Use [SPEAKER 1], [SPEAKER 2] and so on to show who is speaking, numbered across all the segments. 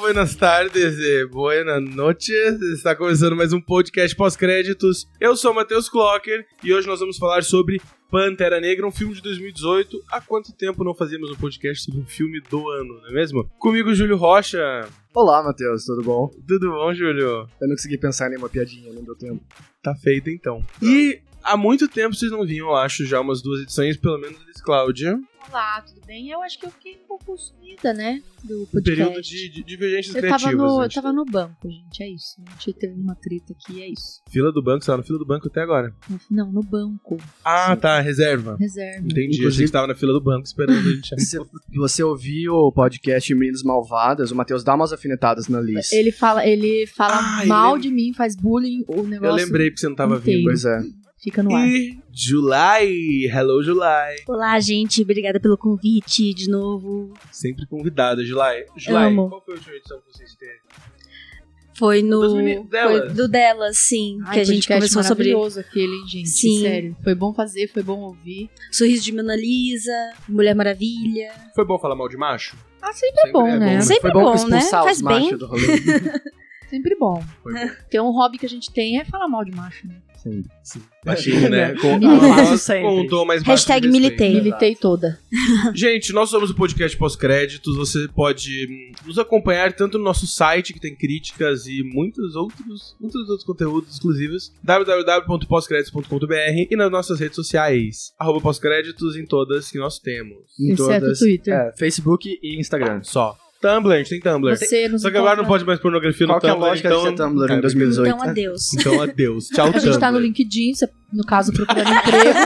[SPEAKER 1] buenas tardes e buenas noches. Está começando mais um podcast pós-créditos. Eu sou o Matheus Clocker e hoje nós vamos falar sobre Pantera Negra, um filme de 2018. Há quanto tempo não fazíamos um podcast sobre um filme do ano, não é mesmo? Comigo, Júlio Rocha.
[SPEAKER 2] Olá, Matheus, tudo bom?
[SPEAKER 1] Tudo bom, Júlio?
[SPEAKER 2] Eu não consegui pensar em nenhuma piadinha, não deu tempo.
[SPEAKER 1] Tá feito então. E há muito tempo vocês não vinham, eu acho, já umas duas edições, pelo menos, deles, Cláudia.
[SPEAKER 3] Olá, tudo bem? Eu acho que eu fiquei um pouco sumida, né? Do
[SPEAKER 1] No
[SPEAKER 3] podcast.
[SPEAKER 1] Um período de, de divergências
[SPEAKER 3] eu tava,
[SPEAKER 1] criativas.
[SPEAKER 3] no,
[SPEAKER 1] né?
[SPEAKER 3] eu tava no banco, gente, é isso. A gente teve uma treta aqui, é isso.
[SPEAKER 1] Fila do banco, você tava na fila do banco até agora.
[SPEAKER 3] Não, no banco,
[SPEAKER 1] Ah,
[SPEAKER 2] Sim.
[SPEAKER 1] tá, reserva.
[SPEAKER 3] reserva.
[SPEAKER 1] Entendi,
[SPEAKER 2] Inclusive-
[SPEAKER 1] a gente tava na fila do banco esperando a gente.
[SPEAKER 2] Se você ouviu o podcast Meninos Malvadas, o Matheus dá umas alfinetadas na Liz.
[SPEAKER 3] Ele fala, ele fala
[SPEAKER 1] Ah, eu
[SPEAKER 3] mal
[SPEAKER 1] lembro.
[SPEAKER 3] de mim, faz bullying, o negócio
[SPEAKER 1] Eu lembrei que você não tava
[SPEAKER 3] Entendi.
[SPEAKER 1] vindo.
[SPEAKER 2] Pois é.
[SPEAKER 3] fica no ar.
[SPEAKER 1] E July, hello July.
[SPEAKER 4] Olá, gente. Obrigada pelo convite de novo.
[SPEAKER 1] Sempre convidada, July. July,
[SPEAKER 3] Amo.
[SPEAKER 1] qual foi a última edição que vocês teve?
[SPEAKER 4] Foi no.
[SPEAKER 1] Dos meninos delas.
[SPEAKER 4] Foi do dela, sim.
[SPEAKER 3] Ai,
[SPEAKER 4] que a
[SPEAKER 3] podcast
[SPEAKER 4] gente conversou sobre
[SPEAKER 3] maravilhoso aquele, hein, gente?
[SPEAKER 4] Sim.
[SPEAKER 3] Sério. Foi bom fazer, foi bom ouvir.
[SPEAKER 4] Sorriso de Mona Lisa, Mulher Maravilha.
[SPEAKER 1] Foi bom falar mal de macho?
[SPEAKER 3] Ah, sempre, é bom, né?
[SPEAKER 4] Sempre
[SPEAKER 2] Foi bom,
[SPEAKER 4] bom,
[SPEAKER 2] expulsar
[SPEAKER 4] né?
[SPEAKER 2] os
[SPEAKER 4] Faz
[SPEAKER 2] machos
[SPEAKER 4] bem.
[SPEAKER 2] do rolê.
[SPEAKER 1] né?
[SPEAKER 3] Sempre bom.
[SPEAKER 1] Foi bom.
[SPEAKER 3] Tem um hobby que a gente tem é falar mal de macho, né?
[SPEAKER 1] Baixinho, né? Com,
[SPEAKER 3] Militei
[SPEAKER 1] com a voz-
[SPEAKER 2] sempre.
[SPEAKER 1] com o tom mais baixo
[SPEAKER 4] Hashtag
[SPEAKER 1] de respeito.
[SPEAKER 4] militei.
[SPEAKER 3] Militei toda.
[SPEAKER 1] Gente, nós somos o podcast pós-créditos. Você pode hum, nos acompanhar tanto no nosso site, que tem críticas e muitos outros, muitos outros conteúdos exclusivos, www.poscréditos.com.br e nas nossas redes sociais, arroba pós-créditos em todas que nós temos.
[SPEAKER 2] Em
[SPEAKER 3] Exceto
[SPEAKER 2] todas-
[SPEAKER 3] o Twitter.
[SPEAKER 2] É, Facebook e Instagram.
[SPEAKER 1] Só. Tumblr, a gente tem Tumblr.
[SPEAKER 3] Você nos
[SPEAKER 1] Só que agora não
[SPEAKER 3] encontra-
[SPEAKER 1] pode mais pornografia
[SPEAKER 2] Qual
[SPEAKER 1] no
[SPEAKER 2] que é a
[SPEAKER 1] Tumblr,
[SPEAKER 2] lógica
[SPEAKER 1] então...
[SPEAKER 2] de ser Tumblr em
[SPEAKER 1] Cara,
[SPEAKER 2] 2018?
[SPEAKER 4] Então, adeus.
[SPEAKER 1] Então adeus. Tchau,
[SPEAKER 3] A gente tá no
[SPEAKER 1] Tumblr.
[SPEAKER 3] LinkedIn, se- no caso, procurando emprego.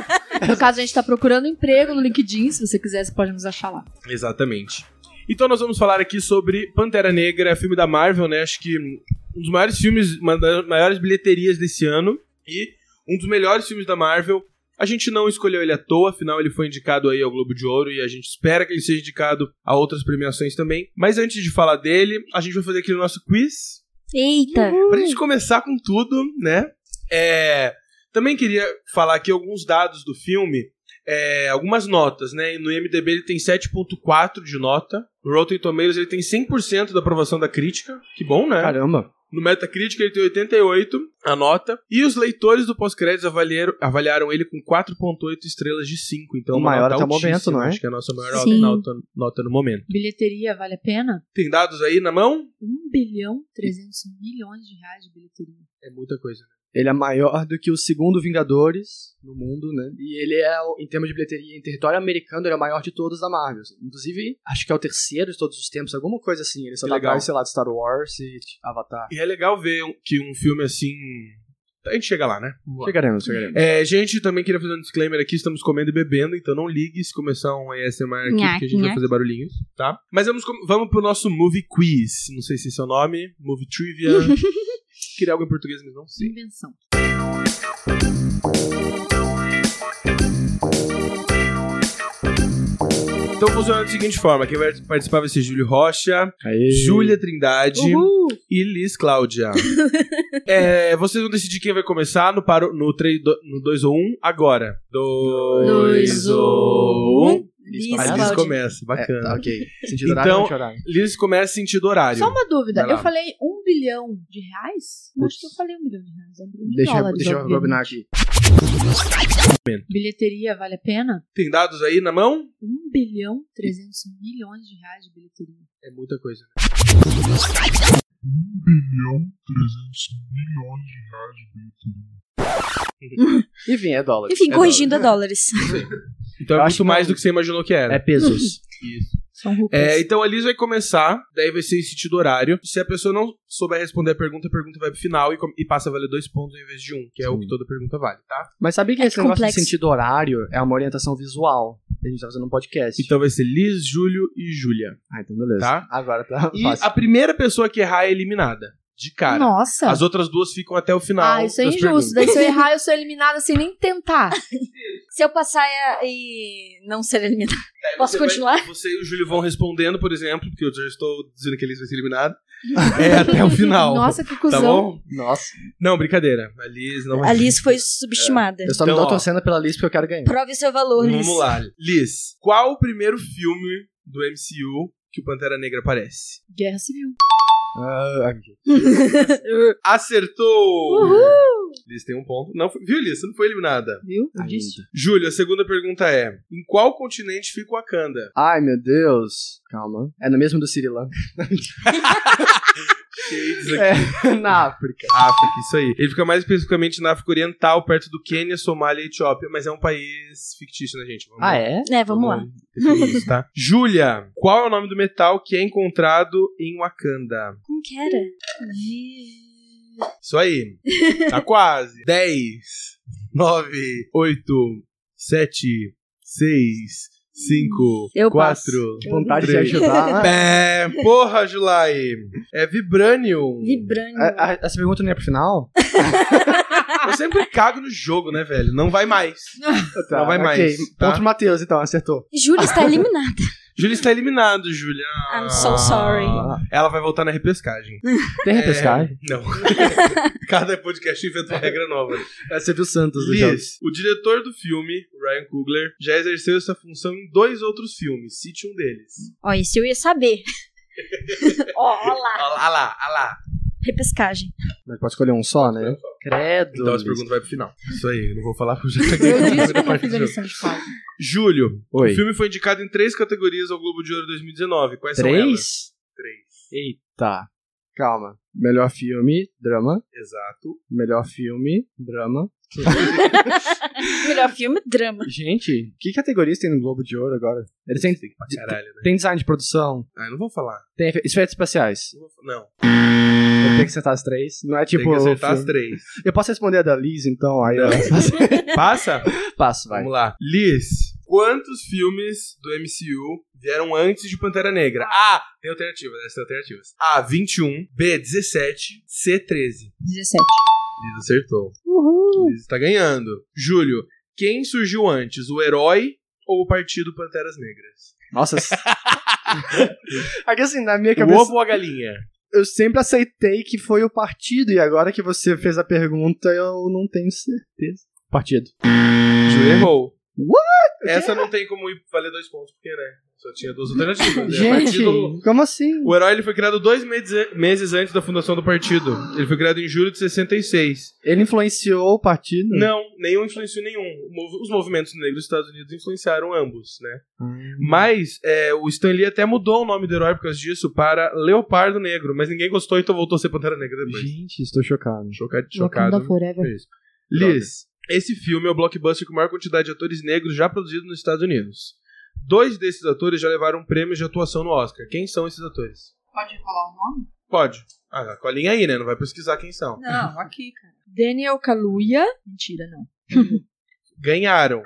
[SPEAKER 3] No caso, a gente tá procurando emprego no LinkedIn. Se você quiser, você pode nos achar lá.
[SPEAKER 1] Exatamente. Então nós vamos falar aqui sobre Pantera Negra, filme da Marvel, né? Acho que um dos maiores filmes, uma das maiores bilheterias desse ano e um dos melhores filmes da Marvel. A gente não escolheu ele à toa, afinal ele foi indicado aí ao Globo de Ouro e a gente espera que ele seja indicado a outras premiações também. Mas antes de falar dele, a gente vai fazer aqui o nosso quiz,
[SPEAKER 4] Eita.
[SPEAKER 1] Pra gente começar com tudo, né? É, também queria falar aqui alguns dados do filme, é, algumas notas, né? E No IMDB ele tem 7.4 de nota. No Rotten Tomatoes ele tem 100% da aprovação da crítica. Que bom, né?
[SPEAKER 2] Caramba.
[SPEAKER 1] No Metacritic ele tem 88 a nota. E os leitores do pós-créditos avaliaram, avaliaram ele com 4.8 estrelas de 5. Então,
[SPEAKER 2] O
[SPEAKER 1] uma
[SPEAKER 2] maior
[SPEAKER 1] nota
[SPEAKER 2] até o momento,
[SPEAKER 1] altíssima.
[SPEAKER 2] não é?
[SPEAKER 1] Acho que é a nossa maior
[SPEAKER 4] Sim.
[SPEAKER 1] nota, nota no momento.
[SPEAKER 3] Bilheteria, vale a pena?
[SPEAKER 1] Tem dados aí na mão?
[SPEAKER 3] 1 bilhão 300 milhões de reais de bilheteria.
[SPEAKER 1] É muita coisa.
[SPEAKER 2] Ele é maior do que o segundo Vingadores no mundo, né? E ele é, o- em termos de bilheteria em território americano, ele é o maior de todos da Marvel. Inclusive, acho que é o terceiro de todos os tempos, alguma coisa assim. Ele só
[SPEAKER 1] Que
[SPEAKER 2] tá
[SPEAKER 1] legal.
[SPEAKER 2] atrás, sei lá, de Star Wars e Avatar.
[SPEAKER 1] E é legal ver um- que um filme assim. A gente chega lá, né?
[SPEAKER 2] Chegaremos, chegaremos.
[SPEAKER 1] É, gente, também queria fazer um disclaimer aqui: estamos comendo e bebendo, então não ligue se começar um ASMR aqui,
[SPEAKER 4] Nha,
[SPEAKER 1] porque a gente vai
[SPEAKER 4] nha.
[SPEAKER 1] fazer barulhinhos, tá? Mas vamos, com- vamos pro nosso movie quiz. Não sei se esse é o nome, movie trivia. queria algo em português, mas não sei.
[SPEAKER 3] Invenção.
[SPEAKER 1] Então funciona da seguinte forma: quem vai participar vai ser Júlio Rocha,
[SPEAKER 2] Aê.
[SPEAKER 1] Júlia Trindade.
[SPEAKER 3] Uhul!
[SPEAKER 1] e Liz Cláudia. É, vocês vão decidir quem vai começar no 2 no três- do- no dois ou 1 um, agora. 2
[SPEAKER 2] Dois
[SPEAKER 1] ou 1. Um.
[SPEAKER 4] Liz,
[SPEAKER 1] A Liz
[SPEAKER 4] Cláudia.
[SPEAKER 1] começa,
[SPEAKER 2] É,
[SPEAKER 1] bacana.
[SPEAKER 2] tá, ok. Sentido
[SPEAKER 1] Então-
[SPEAKER 2] horário, não chorar.
[SPEAKER 1] Liz começa sentido horário.
[SPEAKER 3] Só uma dúvida.
[SPEAKER 1] Vai lá.
[SPEAKER 3] Eu falei 1 bilhão de reais? Não acho que eu
[SPEAKER 2] Putz.
[SPEAKER 3] falei 1 bilhão de reais. É 1 bilhão de
[SPEAKER 2] Deixa,
[SPEAKER 3] dólares.
[SPEAKER 2] deixa eu
[SPEAKER 3] obviamente.
[SPEAKER 2] rebobinar aqui.
[SPEAKER 3] Bilheteria, vale a pena?
[SPEAKER 1] Tem dados aí na mão?
[SPEAKER 3] 1 bilhão 300 milhões de reais de bilheteria.
[SPEAKER 1] É muita coisa.
[SPEAKER 2] Enfim, é dólar.
[SPEAKER 4] Enfim,
[SPEAKER 2] é
[SPEAKER 4] corrigindo a dólares.
[SPEAKER 1] Então é
[SPEAKER 2] né? Eu acho
[SPEAKER 1] muito
[SPEAKER 2] que
[SPEAKER 1] mais
[SPEAKER 2] não-
[SPEAKER 1] do que você imaginou que
[SPEAKER 2] dólar. É
[SPEAKER 1] era.
[SPEAKER 2] pesos.
[SPEAKER 1] Isso.
[SPEAKER 3] São roupas.
[SPEAKER 1] É, então a Liz vai começar, daí vai ser em sentido horário. Se a pessoa não souber responder a pergunta, a pergunta vai pro final e, com- e passa a valer dois pontos em vez de um, que é o
[SPEAKER 2] Sim.
[SPEAKER 1] que toda pergunta vale, tá?
[SPEAKER 2] Mas sabia que
[SPEAKER 4] É
[SPEAKER 2] esse negócio de
[SPEAKER 4] complexo.
[SPEAKER 2] sentido horário é uma orientação visual? A gente tá fazendo um podcast.
[SPEAKER 1] Então vai ser Liz, Júlio e Júlia.
[SPEAKER 2] Ah, então beleza.
[SPEAKER 1] Tá.
[SPEAKER 2] Agora tá
[SPEAKER 1] E
[SPEAKER 2] fácil.
[SPEAKER 1] a primeira pessoa que errar é eliminada. De cara.
[SPEAKER 3] Nossa!
[SPEAKER 1] As outras duas ficam até o final.
[SPEAKER 3] Ah, isso é
[SPEAKER 1] das
[SPEAKER 3] injusto.
[SPEAKER 1] perguntas.
[SPEAKER 3] Daí se eu errar, eu sou eliminada sem nem tentar.
[SPEAKER 4] Se eu passar é- e não ser eliminada.
[SPEAKER 1] Daí você
[SPEAKER 4] Posso
[SPEAKER 1] vai-
[SPEAKER 4] continuar?
[SPEAKER 1] você e o Júlio vão respondendo, por exemplo, porque eu já estou dizendo que eles vai ser eliminado. é até o final.
[SPEAKER 3] Nossa, que
[SPEAKER 1] tá
[SPEAKER 3] cuzão.
[SPEAKER 1] bom?
[SPEAKER 2] Nossa.
[SPEAKER 1] Não, brincadeira. A Liz não vai
[SPEAKER 4] A Liz foi subestimada.
[SPEAKER 2] É. Eu só
[SPEAKER 1] Então,
[SPEAKER 2] me
[SPEAKER 1] ó.
[SPEAKER 2] dou torcendo pela Liz porque eu quero ganhar.
[SPEAKER 4] Prove o seu valor, Liz.
[SPEAKER 1] Vamos lá. Liz, qual o primeiro filme do MCU que o Pantera Negra aparece.
[SPEAKER 3] Guerra Civil.
[SPEAKER 2] Ah,
[SPEAKER 1] Acertou!
[SPEAKER 3] Uhul!
[SPEAKER 1] Liz tem um ponto. Não, foi- viu, Liz? Você não foi eliminada.
[SPEAKER 3] Viu?
[SPEAKER 2] Ainda.
[SPEAKER 3] Disse.
[SPEAKER 1] Júlio, a segunda pergunta é: em qual continente fica Wakanda?
[SPEAKER 2] Ai, meu Deus. Calma. É no mesmo do Sri Lanka.
[SPEAKER 1] Shades aqui.
[SPEAKER 2] É, na África.
[SPEAKER 1] África, isso aí. Ele fica mais especificamente na África Oriental, perto do Quênia, Somália e Etiópia, mas é um país fictício, né, gente? Vamos
[SPEAKER 2] Ah, é?
[SPEAKER 4] É, vamos lá.
[SPEAKER 1] definir Isso, tá? Júlia, qual é o nome do metal que é encontrado em Wakanda?
[SPEAKER 4] Como que era? Vi-
[SPEAKER 1] Isso aí. Tá quase. 10, 9, 8, 7, 6, 5,
[SPEAKER 4] Eu
[SPEAKER 1] 4.
[SPEAKER 2] Vontade de
[SPEAKER 1] Três.
[SPEAKER 2] ajudar. né?
[SPEAKER 1] Pé. É, Porra, Julai. É Vibranium.
[SPEAKER 4] Vibranium.
[SPEAKER 2] A- a- Essa pergunta não é pro final?
[SPEAKER 1] Eu sempre cago no jogo, né, velho? Não vai mais. Não vai
[SPEAKER 2] ok.
[SPEAKER 1] mais, tá?
[SPEAKER 2] Ponto pro Matheus, então, acertou.
[SPEAKER 4] Júlia está eliminada.
[SPEAKER 1] Júlia está eliminado, Júlia.
[SPEAKER 4] I'm so sorry.
[SPEAKER 1] Ela vai voltar na repescagem.
[SPEAKER 2] Tem repescagem?
[SPEAKER 1] É, não. Cada podcast inventa uma regra nova.
[SPEAKER 2] É. Você viu o Santos do jogo.
[SPEAKER 1] Liz, o diretor do filme, Ryan Coogler, já exerceu essa função em dois outros filmes. Cite um deles.
[SPEAKER 4] Ó, isso eu ia saber. Ó, ó lá.
[SPEAKER 1] Olha lá, olha lá.
[SPEAKER 4] Repescagem.
[SPEAKER 2] Mas pode escolher um só, né? Credo.
[SPEAKER 1] Então essa
[SPEAKER 2] Liz.
[SPEAKER 1] pergunta vai pro final. Isso aí, eu não vou falar porque eu já
[SPEAKER 3] Eu
[SPEAKER 1] caguei
[SPEAKER 3] disse que
[SPEAKER 1] na
[SPEAKER 3] eu não
[SPEAKER 1] parte
[SPEAKER 3] fiz
[SPEAKER 1] do
[SPEAKER 3] a
[SPEAKER 1] jogo.
[SPEAKER 3] lição de casa.
[SPEAKER 1] Júlio, o
[SPEAKER 2] Oi.
[SPEAKER 1] filme foi indicado em três categorias ao Globo de Ouro 2019. Quais são elas?
[SPEAKER 2] Três? Eita. Calma. Melhor filme, drama.
[SPEAKER 1] Exato.
[SPEAKER 2] Melhor filme, drama.
[SPEAKER 4] Melhor filme, drama.
[SPEAKER 2] Gente, que categorias tem no Globo de Ouro agora? Eles têm,
[SPEAKER 1] Pra caralho, né?
[SPEAKER 2] tem design de produção,
[SPEAKER 1] Ah, eu não vou falar.
[SPEAKER 2] tem efe- efeitos especiais.
[SPEAKER 1] Não, vou fa- não.
[SPEAKER 2] Eu tenho que acertar as três. Não é tipo.
[SPEAKER 1] Hum. tem que acertar
[SPEAKER 2] filme.
[SPEAKER 1] as três.
[SPEAKER 2] Eu posso responder a da Liz, então, aí eu
[SPEAKER 1] Passa?
[SPEAKER 2] passo, vai.
[SPEAKER 1] Vamos lá. Liz, quantos filmes do MCU vieram antes de Pantera Negra? Ah, tem alternativas, essas são alternativas. A, 21, B, 17, C, 13.
[SPEAKER 3] 17.
[SPEAKER 1] Liz acertou. Uhul. Liz tá ganhando. Júlio, quem surgiu antes, o herói ou o partido Panteras Negras?
[SPEAKER 2] Nossa. Aqui assim, na minha
[SPEAKER 1] O
[SPEAKER 2] cabeça,
[SPEAKER 1] ovo ou a galinha?
[SPEAKER 2] eu sempre aceitei que foi o partido, e agora que você fez a pergunta, eu não tenho certeza. Partido.
[SPEAKER 1] Júlio errou.
[SPEAKER 2] What?
[SPEAKER 1] Essa não tem como ir valer dois pontos, porque, né? Só tinha duas alternativas. né?
[SPEAKER 2] Gente,
[SPEAKER 1] Partido
[SPEAKER 2] como assim?
[SPEAKER 1] O herói ele foi criado dois meses- meses antes da fundação do partido. Ele foi criado em julho de 66.
[SPEAKER 2] Ele influenciou o partido?
[SPEAKER 1] Não, nenhum influenciou nenhum. O mov- Os movimentos negros dos Estados Unidos influenciaram ambos, né?
[SPEAKER 2] Ah,
[SPEAKER 1] Mas é, o Stan Lee até mudou o nome do herói por causa disso para Leopardo Negro, mas ninguém gostou, então voltou a ser Pantera Negra depois.
[SPEAKER 2] Gente, estou chocado.
[SPEAKER 1] Chocado,
[SPEAKER 3] Wakanda
[SPEAKER 1] chocado. É
[SPEAKER 3] Forever.
[SPEAKER 1] Isso. Liz, esse filme é o blockbuster com maior quantidade de atores negros já produzido nos Estados Unidos. Dois desses atores já levaram prêmios de atuação no Oscar. Quem são esses atores?
[SPEAKER 5] Pode falar o nome?
[SPEAKER 1] Pode. Ah, colinha aí, né? Não vai pesquisar quem são.
[SPEAKER 5] Não, aqui, cara.
[SPEAKER 3] Daniel Kaluuya. Mentira, não.
[SPEAKER 1] Ganharam.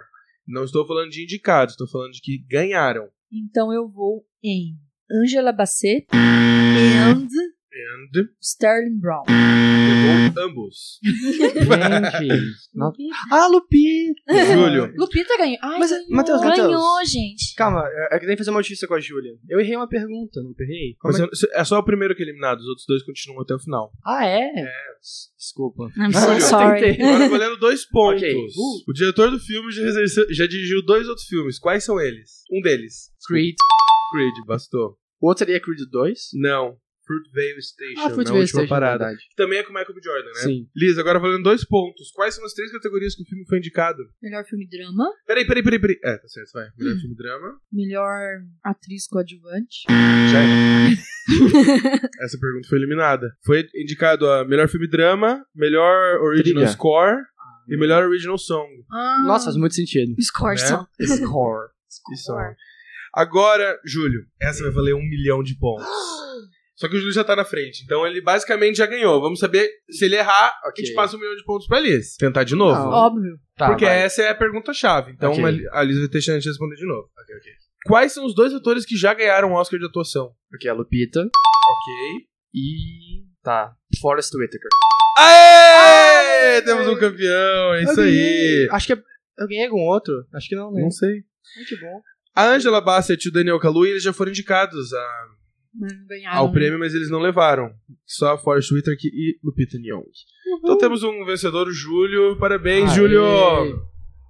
[SPEAKER 1] Não estou falando de indicados, estou falando de que ganharam.
[SPEAKER 3] Então eu vou em Angela Bassett and
[SPEAKER 1] And
[SPEAKER 3] Sterling Brown.
[SPEAKER 2] Uhum.
[SPEAKER 1] levou ambos.
[SPEAKER 2] Gente. não-
[SPEAKER 4] Lupita.
[SPEAKER 2] Ah, Lupi!
[SPEAKER 1] Júlio,
[SPEAKER 3] Lupita ganhou. Ai,
[SPEAKER 2] Mas,
[SPEAKER 3] ganhou.
[SPEAKER 2] Matheus, Matheus.
[SPEAKER 4] Ganhou, gente.
[SPEAKER 2] Calma, é é que tem que fazer uma notícia com a Júlia. Eu errei uma pergunta, não errei? Como
[SPEAKER 1] mas
[SPEAKER 2] é-
[SPEAKER 1] eu- é só o primeiro que é eliminado, os outros dois continuam até o final.
[SPEAKER 2] Ah, é? Desculpa.
[SPEAKER 4] I'm
[SPEAKER 1] Júlio,
[SPEAKER 4] so
[SPEAKER 1] eu
[SPEAKER 4] sorry.
[SPEAKER 2] Ah, tentei.
[SPEAKER 1] Agora valendo dois pontos.
[SPEAKER 2] Ok. Uh.
[SPEAKER 1] O diretor do filme já, exerceu- já dirigiu dois outros filmes. Quais são eles? Um deles.
[SPEAKER 2] Creed.
[SPEAKER 1] Creed, bastou.
[SPEAKER 2] O outro seria Creed 2?
[SPEAKER 1] Não. Fruitvale Station,
[SPEAKER 2] Ah,
[SPEAKER 1] na última
[SPEAKER 2] Fruitvale Station,
[SPEAKER 1] parada.
[SPEAKER 2] verdade.
[SPEAKER 1] Que também é com o Michael B. Jordan, né?
[SPEAKER 2] Sim.
[SPEAKER 1] Liz, agora valendo dois pontos. Quais são as três categorias que o filme foi indicado?
[SPEAKER 3] Melhor filme drama.
[SPEAKER 1] Peraí, peraí, peraí, peraí. É, tá certo, vai.
[SPEAKER 2] Hum.
[SPEAKER 1] Melhor filme drama.
[SPEAKER 3] Melhor atriz coadjuvante.
[SPEAKER 1] Já é. Essa pergunta foi eliminada. Foi indicado a melhor filme drama, melhor original
[SPEAKER 2] Trilha.
[SPEAKER 1] score
[SPEAKER 2] Ah.
[SPEAKER 1] e melhor original song.
[SPEAKER 3] Ah,
[SPEAKER 2] Nossa, faz muito sentido.
[SPEAKER 4] Score
[SPEAKER 1] Né?
[SPEAKER 4] song.
[SPEAKER 2] Score.
[SPEAKER 1] E song. Agora, Júlio, essa vai valer um milhão de pontos. Só que o Júlio já tá na frente, então ele basicamente já ganhou. Vamos saber se ele errar,
[SPEAKER 2] Ok.
[SPEAKER 1] a gente passa um milhão de pontos pra Liz. Tentar de novo.
[SPEAKER 2] Não.
[SPEAKER 3] Óbvio.
[SPEAKER 2] Tá,
[SPEAKER 1] Porque
[SPEAKER 2] vai.
[SPEAKER 1] essa é a pergunta-chave. Então
[SPEAKER 2] Ok.
[SPEAKER 1] a Li- a Liz vai ter chance de responder de novo. Quais são os dois atores que já ganharam o Oscar de atuação?
[SPEAKER 2] Porque é a Lupita
[SPEAKER 1] Ok.
[SPEAKER 2] e... Tá. Forrest Whitaker.
[SPEAKER 1] Aê! Temos um campeão, é isso aí.
[SPEAKER 2] Acho que é... Eu ganhei algum outro? Acho que não, né?
[SPEAKER 1] sei.
[SPEAKER 2] Muito bom.
[SPEAKER 1] A Angela Bassett e o Daniel Kaluuya eles já foram indicados a-
[SPEAKER 3] Mas não ganharam.
[SPEAKER 1] ao prêmio, mas eles não levaram. Só a Forrest Whitaker e Lupita Nyong'o. Então temos um vencedor, o Júlio. Parabéns,
[SPEAKER 2] Aê.
[SPEAKER 1] Júlio.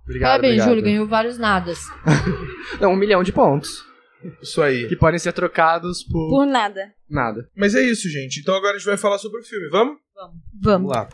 [SPEAKER 2] Obrigado,
[SPEAKER 3] Parabéns,
[SPEAKER 2] obrigado.
[SPEAKER 3] Júlio. Ganhou vários nadas.
[SPEAKER 2] Não, um milhão de pontos.
[SPEAKER 1] Isso aí.
[SPEAKER 2] Que podem ser trocados por,
[SPEAKER 4] Por nada.
[SPEAKER 2] nada.
[SPEAKER 1] Mas é isso, gente. Então agora a gente vai falar sobre o filme. Vamos?
[SPEAKER 3] Vamos.
[SPEAKER 1] lá.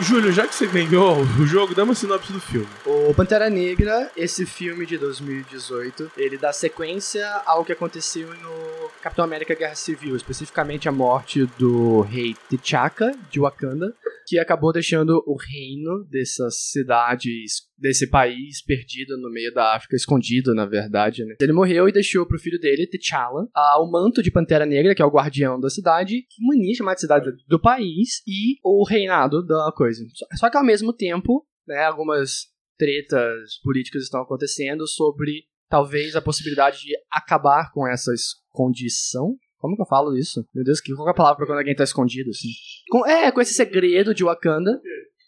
[SPEAKER 1] Júlio, já que você ganhou o jogo, dá uma sinopse do filme.
[SPEAKER 2] O Pantera Negra, esse filme de 2018, ele dá sequência ao que aconteceu no Capitão América Guerra Civil, especificamente a morte do rei T'Chaka de Wakanda, que acabou deixando o reino dessa cidade, desse país perdido no meio da África, escondido, na verdade, né? Ele morreu e deixou pro filho dele, T'Challa, ah, o manto de Pantera Negra, que é o guardião da cidade, que mania chamar de cidade do país, e o reinado da coisa. Só- Só que ao mesmo tempo, né, algumas tretas políticas estão acontecendo sobre talvez a possibilidade de acabar com essa escondição. Como que eu falo isso? Meu Deus, que qual é a palavra pra quando alguém tá escondido, assim? Com- é, com esse segredo de Wakanda.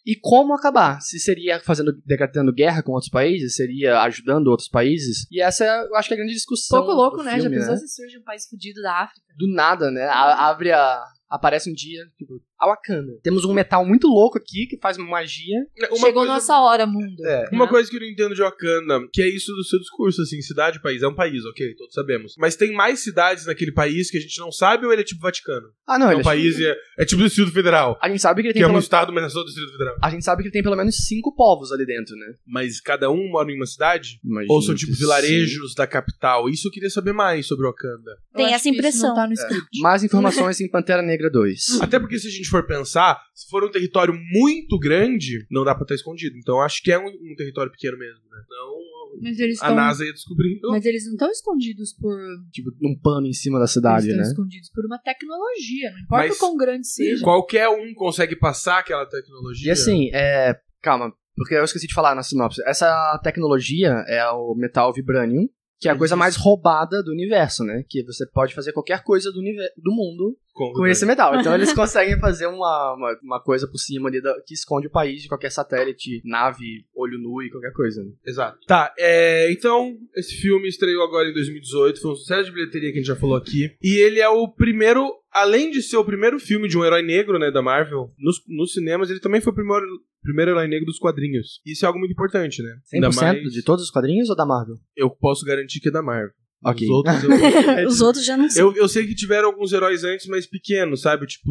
[SPEAKER 2] E como acabar? Se seria fazendo, decretando guerra com outros países? Seria ajudando outros países? E essa é, eu acho que é a grande discussão.
[SPEAKER 3] Pouco louco,
[SPEAKER 2] do
[SPEAKER 3] né?
[SPEAKER 2] filme,
[SPEAKER 3] Já pensou se surge um país fudido da África?
[SPEAKER 2] do nada, né? A- abre a. Aparece um dia, tipo, a Wakanda. Temos um metal muito louco aqui que faz magia.
[SPEAKER 3] Chegou nossa hora, mundo.
[SPEAKER 1] É,
[SPEAKER 2] É.
[SPEAKER 1] Uma
[SPEAKER 3] né?
[SPEAKER 1] coisa que eu não entendo de Wakanda, que é isso do seu discurso, assim, cidade, país. É um país, ok, todos sabemos. Mas tem mais cidades naquele país que a gente não sabe ou ele é tipo Vaticano?
[SPEAKER 2] Ah, não,
[SPEAKER 1] É
[SPEAKER 2] ele
[SPEAKER 1] um país e é, é tipo Distrito Federal.
[SPEAKER 2] A gente sabe que ele
[SPEAKER 1] Que
[SPEAKER 2] tem
[SPEAKER 1] é um
[SPEAKER 2] pelo-
[SPEAKER 1] estado, mas é só o Distrito Federal.
[SPEAKER 2] A gente sabe que ele tem pelo menos cinco povos ali dentro, né?
[SPEAKER 1] Mas cada um mora em uma cidade?
[SPEAKER 2] Imagina
[SPEAKER 1] Ou são tipo
[SPEAKER 2] que sim.
[SPEAKER 1] vilarejos da capital? Isso eu queria saber mais sobre Wakanda.
[SPEAKER 3] Eu
[SPEAKER 4] Tem
[SPEAKER 3] acho
[SPEAKER 4] essa
[SPEAKER 3] que isso
[SPEAKER 4] impressão.
[SPEAKER 3] Não tá no
[SPEAKER 1] É.
[SPEAKER 3] script.
[SPEAKER 2] Mais informações em Pantera Negra 2.
[SPEAKER 1] Até porque se a gente for pensar, se for um território muito grande, não dá pra estar escondido. Então acho que é um, um território pequeno mesmo, né? Então
[SPEAKER 3] Mas eles
[SPEAKER 1] a
[SPEAKER 3] estão.
[SPEAKER 1] NASA ia descobrir.
[SPEAKER 3] Mas eles não estão escondidos por.
[SPEAKER 2] Tipo, num pano em cima da
[SPEAKER 3] Eles
[SPEAKER 2] cidade,
[SPEAKER 3] estão
[SPEAKER 2] né?
[SPEAKER 3] escondidos por uma tecnologia. Não importa
[SPEAKER 1] Mas-
[SPEAKER 3] o quão grande seja.
[SPEAKER 1] Qualquer um consegue passar aquela tecnologia.
[SPEAKER 2] E assim, é. Calma, porque eu esqueci de falar na sinopse. Essa tecnologia é o metal vibranium, que é a
[SPEAKER 1] Isso.
[SPEAKER 2] coisa mais roubada do universo, né? Que você pode fazer qualquer coisa do, univer- do mundo
[SPEAKER 1] com,
[SPEAKER 2] com esse metal. Então eles conseguem fazer uma, uma, uma coisa por cima ali da- que esconde o país de qualquer satélite, nave, olho nu e qualquer coisa. Né?
[SPEAKER 1] Exato. Tá, é, então, esse filme estreou agora em 2018, foi um sucesso de bilheteria que a gente já falou aqui. E ele é o primeiro, além de ser o primeiro filme de um herói negro, né, da Marvel, nos, nos cinemas, ele também foi o primeiro, primeiro herói negro dos quadrinhos. Isso é algo muito importante, né?
[SPEAKER 2] 100% de todos os quadrinhos ou da Marvel?
[SPEAKER 1] Eu posso garantir que é da Marvel.
[SPEAKER 2] Ok.
[SPEAKER 1] Os outros eu...
[SPEAKER 4] Os outros já não sei.
[SPEAKER 1] Eu, eu sei que tiveram alguns heróis antes, mas pequenos, sabe? Tipo,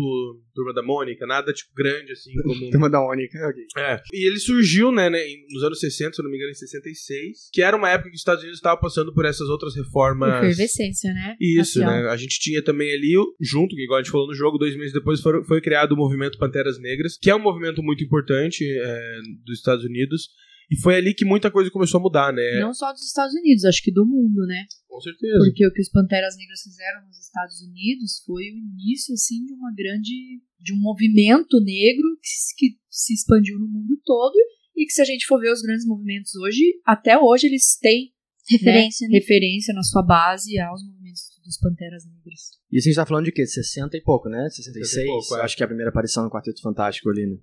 [SPEAKER 1] Turma da Mônica, nada tipo grande, assim, como.
[SPEAKER 2] Turma da Mônica, ok.
[SPEAKER 1] É. E ele surgiu, né, né, em- nos anos 60, se eu não me engano, em 66, que era uma época que os Estados Unidos estavam passando por essas outras reformas.
[SPEAKER 3] Efervescência, né?
[SPEAKER 1] Isso,
[SPEAKER 3] Racial.
[SPEAKER 1] né? A gente tinha também ali, o- junto, que igual a gente falou no jogo, dois meses depois foram- foi criado o movimento Panteras Negras, que é um movimento muito importante é, dos Estados Unidos. E foi ali que muita coisa começou a mudar, né?
[SPEAKER 3] Não só dos Estados Unidos, acho que do mundo, né?
[SPEAKER 1] Com certeza.
[SPEAKER 3] Porque o que os Panteras Negras fizeram nos Estados Unidos foi o início, assim, de uma grande... de um movimento negro que, se- que se expandiu no mundo todo e que se a gente for ver os grandes movimentos hoje, até hoje eles têm
[SPEAKER 4] Referência, né?
[SPEAKER 3] referência na sua base aos movimentos dos Panteras Negras.
[SPEAKER 2] E isso a gente tá falando de quê? 60 e pouco, né? 66?
[SPEAKER 1] 60 e pouco, é.
[SPEAKER 2] Acho que é a primeira aparição no Quarteto Fantástico ali, né?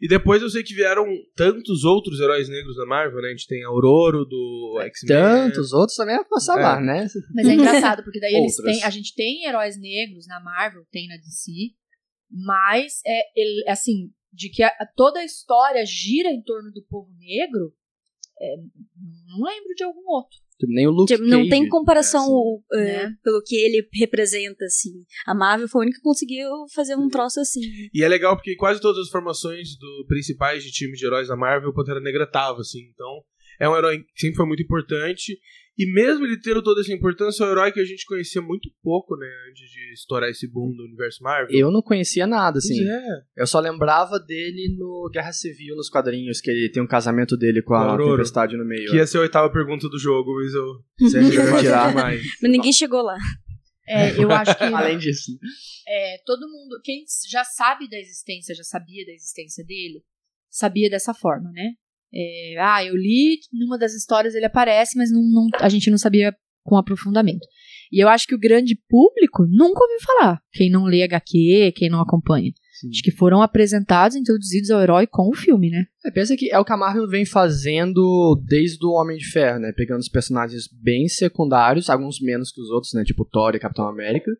[SPEAKER 1] E depois eu sei que vieram tantos outros heróis negros da Marvel, né? A gente tem Auroro do X-Men.
[SPEAKER 2] É, Tantos outros também é pra salvar, né?
[SPEAKER 3] Mas é engraçado, porque daí eles
[SPEAKER 2] Outras.
[SPEAKER 3] têm, a gente tem heróis negros na Marvel, tem na DC, mas é ele- assim, de que a- toda a história gira em torno do povo negro, é, não lembro de algum outro.
[SPEAKER 2] Tipo, nem o Luke
[SPEAKER 4] Tipo, não
[SPEAKER 2] Cage,
[SPEAKER 4] tem comparação
[SPEAKER 2] né, assim.
[SPEAKER 4] o- é,
[SPEAKER 3] Né?
[SPEAKER 4] pelo que ele representa, assim. A Marvel foi a única que conseguiu fazer um troço assim. né?
[SPEAKER 1] E é legal porque quase todas as formações do principais de time de heróis da Marvel, o Pantera Negra tava, assim. Então, é um herói que sempre foi muito importante. E mesmo ele tendo toda essa importância, é um herói que a gente conhecia muito pouco, né? Antes de estourar esse boom do universo Marvel.
[SPEAKER 2] Eu não conhecia nada,
[SPEAKER 1] Pois
[SPEAKER 2] assim.
[SPEAKER 1] é.
[SPEAKER 2] Eu só lembrava dele no Guerra Civil, nos quadrinhos, que ele tem um casamento dele com
[SPEAKER 1] Com a
[SPEAKER 2] a
[SPEAKER 1] Aurora.
[SPEAKER 2] Tempestade no meio.
[SPEAKER 1] Que ia ser a oitava pergunta do jogo, mas eu...
[SPEAKER 2] Você
[SPEAKER 1] eu
[SPEAKER 2] vai
[SPEAKER 1] gosto
[SPEAKER 2] tirar.
[SPEAKER 1] demais.
[SPEAKER 4] Mas ninguém chegou lá.
[SPEAKER 3] É, eu acho que
[SPEAKER 2] Além disso.
[SPEAKER 3] é, todo mundo, quem já sabe da existência, já sabia da existência dele, sabia dessa forma, né? É, ah, eu li, numa das histórias ele aparece, mas não- não- a gente não sabia com aprofundamento. E eu acho que o grande público nunca ouviu falar. Quem não lê HQ, quem não acompanha.
[SPEAKER 2] Sim.
[SPEAKER 3] Acho que foram apresentados, introduzidos ao herói com o filme, né?
[SPEAKER 2] É, pensa que é o que a Marvel vem fazendo desde o Homem de Ferro, né? Pegando os personagens bem secundários, alguns menos que os outros, né? Tipo Thor e Capitão América,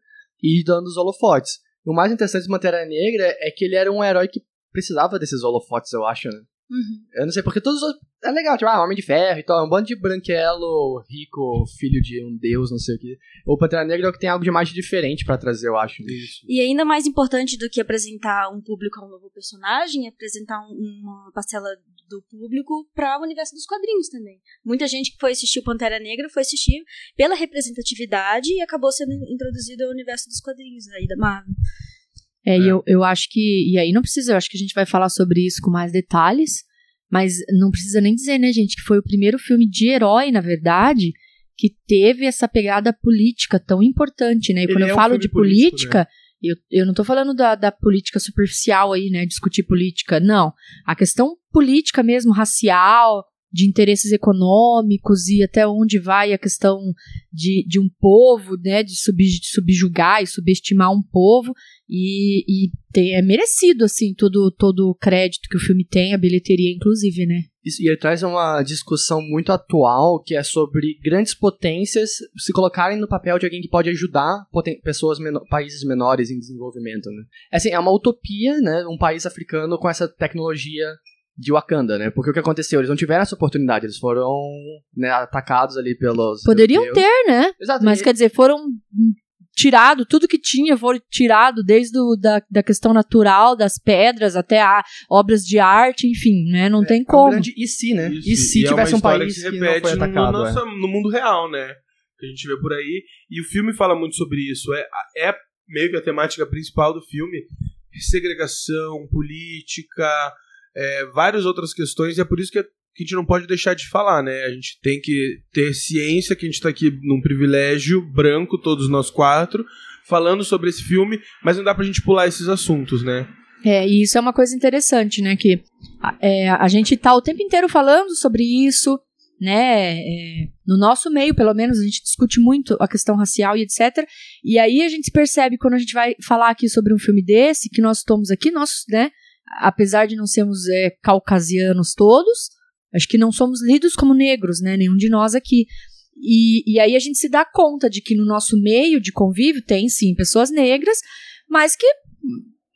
[SPEAKER 2] e dando os holofotes. O mais interessante do Pantera Negra é que ele era um herói que precisava desses holofotes, eu acho, né?
[SPEAKER 4] Uhum.
[SPEAKER 2] Eu não sei, porque todos os outros. É legal, tipo, ah, Homem de Ferro e tal, um bando de branquelo, rico, filho de um deus, não sei o quê. O Pantera Negra é o que tem algo de mais diferente pra trazer, eu acho. né? Isso.
[SPEAKER 4] E ainda mais importante do que apresentar um público a um novo personagem, é apresentar um- uma parcela do público para o universo dos quadrinhos também. Muita gente que foi assistir o Pantera Negra foi assistir pela representatividade e acabou sendo introduzida ao universo dos quadrinhos aí da Marvel.
[SPEAKER 3] É, E
[SPEAKER 1] É.
[SPEAKER 3] eu, eu acho que. E aí não precisa, eu acho que a gente vai falar sobre isso com mais detalhes. Mas não precisa nem dizer, né, gente, que foi o primeiro filme de herói, na verdade, que teve essa pegada política tão importante, né? E
[SPEAKER 1] Ele
[SPEAKER 3] quando
[SPEAKER 1] é
[SPEAKER 3] eu
[SPEAKER 1] um
[SPEAKER 3] falo
[SPEAKER 1] filme
[SPEAKER 3] de
[SPEAKER 1] político, né?
[SPEAKER 3] política, eu, eu não tô falando da, da política superficial aí, né? Discutir política, não. A questão política mesmo, racial, de interesses econômicos e até onde vai a questão de, de um povo, né? De, sub, de subjugar e subestimar um povo. E, e tem- é merecido, assim, todo, todo o crédito que o filme tem, a bilheteria, inclusive, né?
[SPEAKER 2] Isso, e ele traz uma discussão muito atual que é sobre grandes potências se colocarem no papel de alguém que pode ajudar poten- pessoas meno- países menores em desenvolvimento, né? Assim, é uma utopia, né? Um país africano com essa tecnologia de Wakanda, né? Porque o que aconteceu? Eles não tiveram essa oportunidade, eles foram né, atacados ali pelos.
[SPEAKER 3] Poderiam
[SPEAKER 2] europeus.
[SPEAKER 3] ter, né?
[SPEAKER 2] Exato,
[SPEAKER 3] Mas
[SPEAKER 2] e- é
[SPEAKER 3] quer dizer, foram hum, tirado tudo que tinha, foi tirado desde o, da, da questão natural, das pedras até a, obras de arte, enfim, né? Não tem
[SPEAKER 2] é um
[SPEAKER 3] como.
[SPEAKER 2] grande e se, né?
[SPEAKER 1] Isso,
[SPEAKER 2] E se
[SPEAKER 1] é
[SPEAKER 2] tivesse
[SPEAKER 1] uma
[SPEAKER 2] um
[SPEAKER 1] história
[SPEAKER 2] país
[SPEAKER 1] que
[SPEAKER 2] que,
[SPEAKER 1] se
[SPEAKER 2] não foi
[SPEAKER 1] repete no,
[SPEAKER 2] atacado? é.
[SPEAKER 1] nossa- no mundo real, né? Que a gente vê por aí. E o filme fala muito sobre isso. É, é meio que a temática principal do filme. Segregação, política, é, várias outras questões. E é por isso que que a gente não pode deixar de falar, né? A gente tem que ter ciência que a gente tá aqui num privilégio branco, todos nós quatro, falando sobre esse filme, mas não dá pra gente pular esses assuntos, né?
[SPEAKER 3] É, e isso é uma coisa interessante, né? Que a- é, a gente tá o tempo inteiro falando sobre isso, né? é, no nosso meio, pelo menos, a gente discute muito a questão racial e etc. E aí a gente percebe quando a gente vai falar aqui sobre um filme desse, que nós estamos aqui, nós, né? Apesar de não sermos é, caucasianos todos, acho que não somos lidos como negros, né? Nenhum de nós aqui. E, e aí a gente se dá conta de que no nosso meio de convívio tem sim pessoas negras, mas que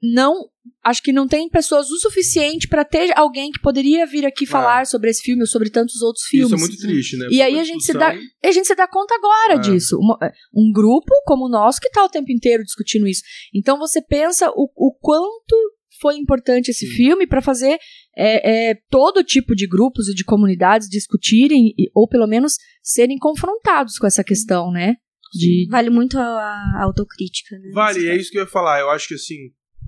[SPEAKER 3] não acho que não tem pessoas o suficiente para ter alguém que poderia vir aqui falar sobre esse filme ou sobre tantos outros filmes.
[SPEAKER 1] Isso é muito triste, né?
[SPEAKER 3] E
[SPEAKER 1] Foi
[SPEAKER 3] aí
[SPEAKER 1] uma
[SPEAKER 3] a gente se
[SPEAKER 1] discussão-
[SPEAKER 3] dá- E a gente se dá conta agora
[SPEAKER 1] É.
[SPEAKER 3] disso. Uma- um grupo como o nosso que tá o tempo inteiro discutindo isso. Então você pensa o, o quanto foi importante esse
[SPEAKER 1] Sim.
[SPEAKER 3] filme para fazer é, é, todo tipo de grupos e de comunidades discutirem e- ou pelo menos serem confrontados com essa questão, né? De,
[SPEAKER 4] Vale muito a, a autocrítica, né?
[SPEAKER 1] Vale, é isso que eu ia falar. Eu acho que assim.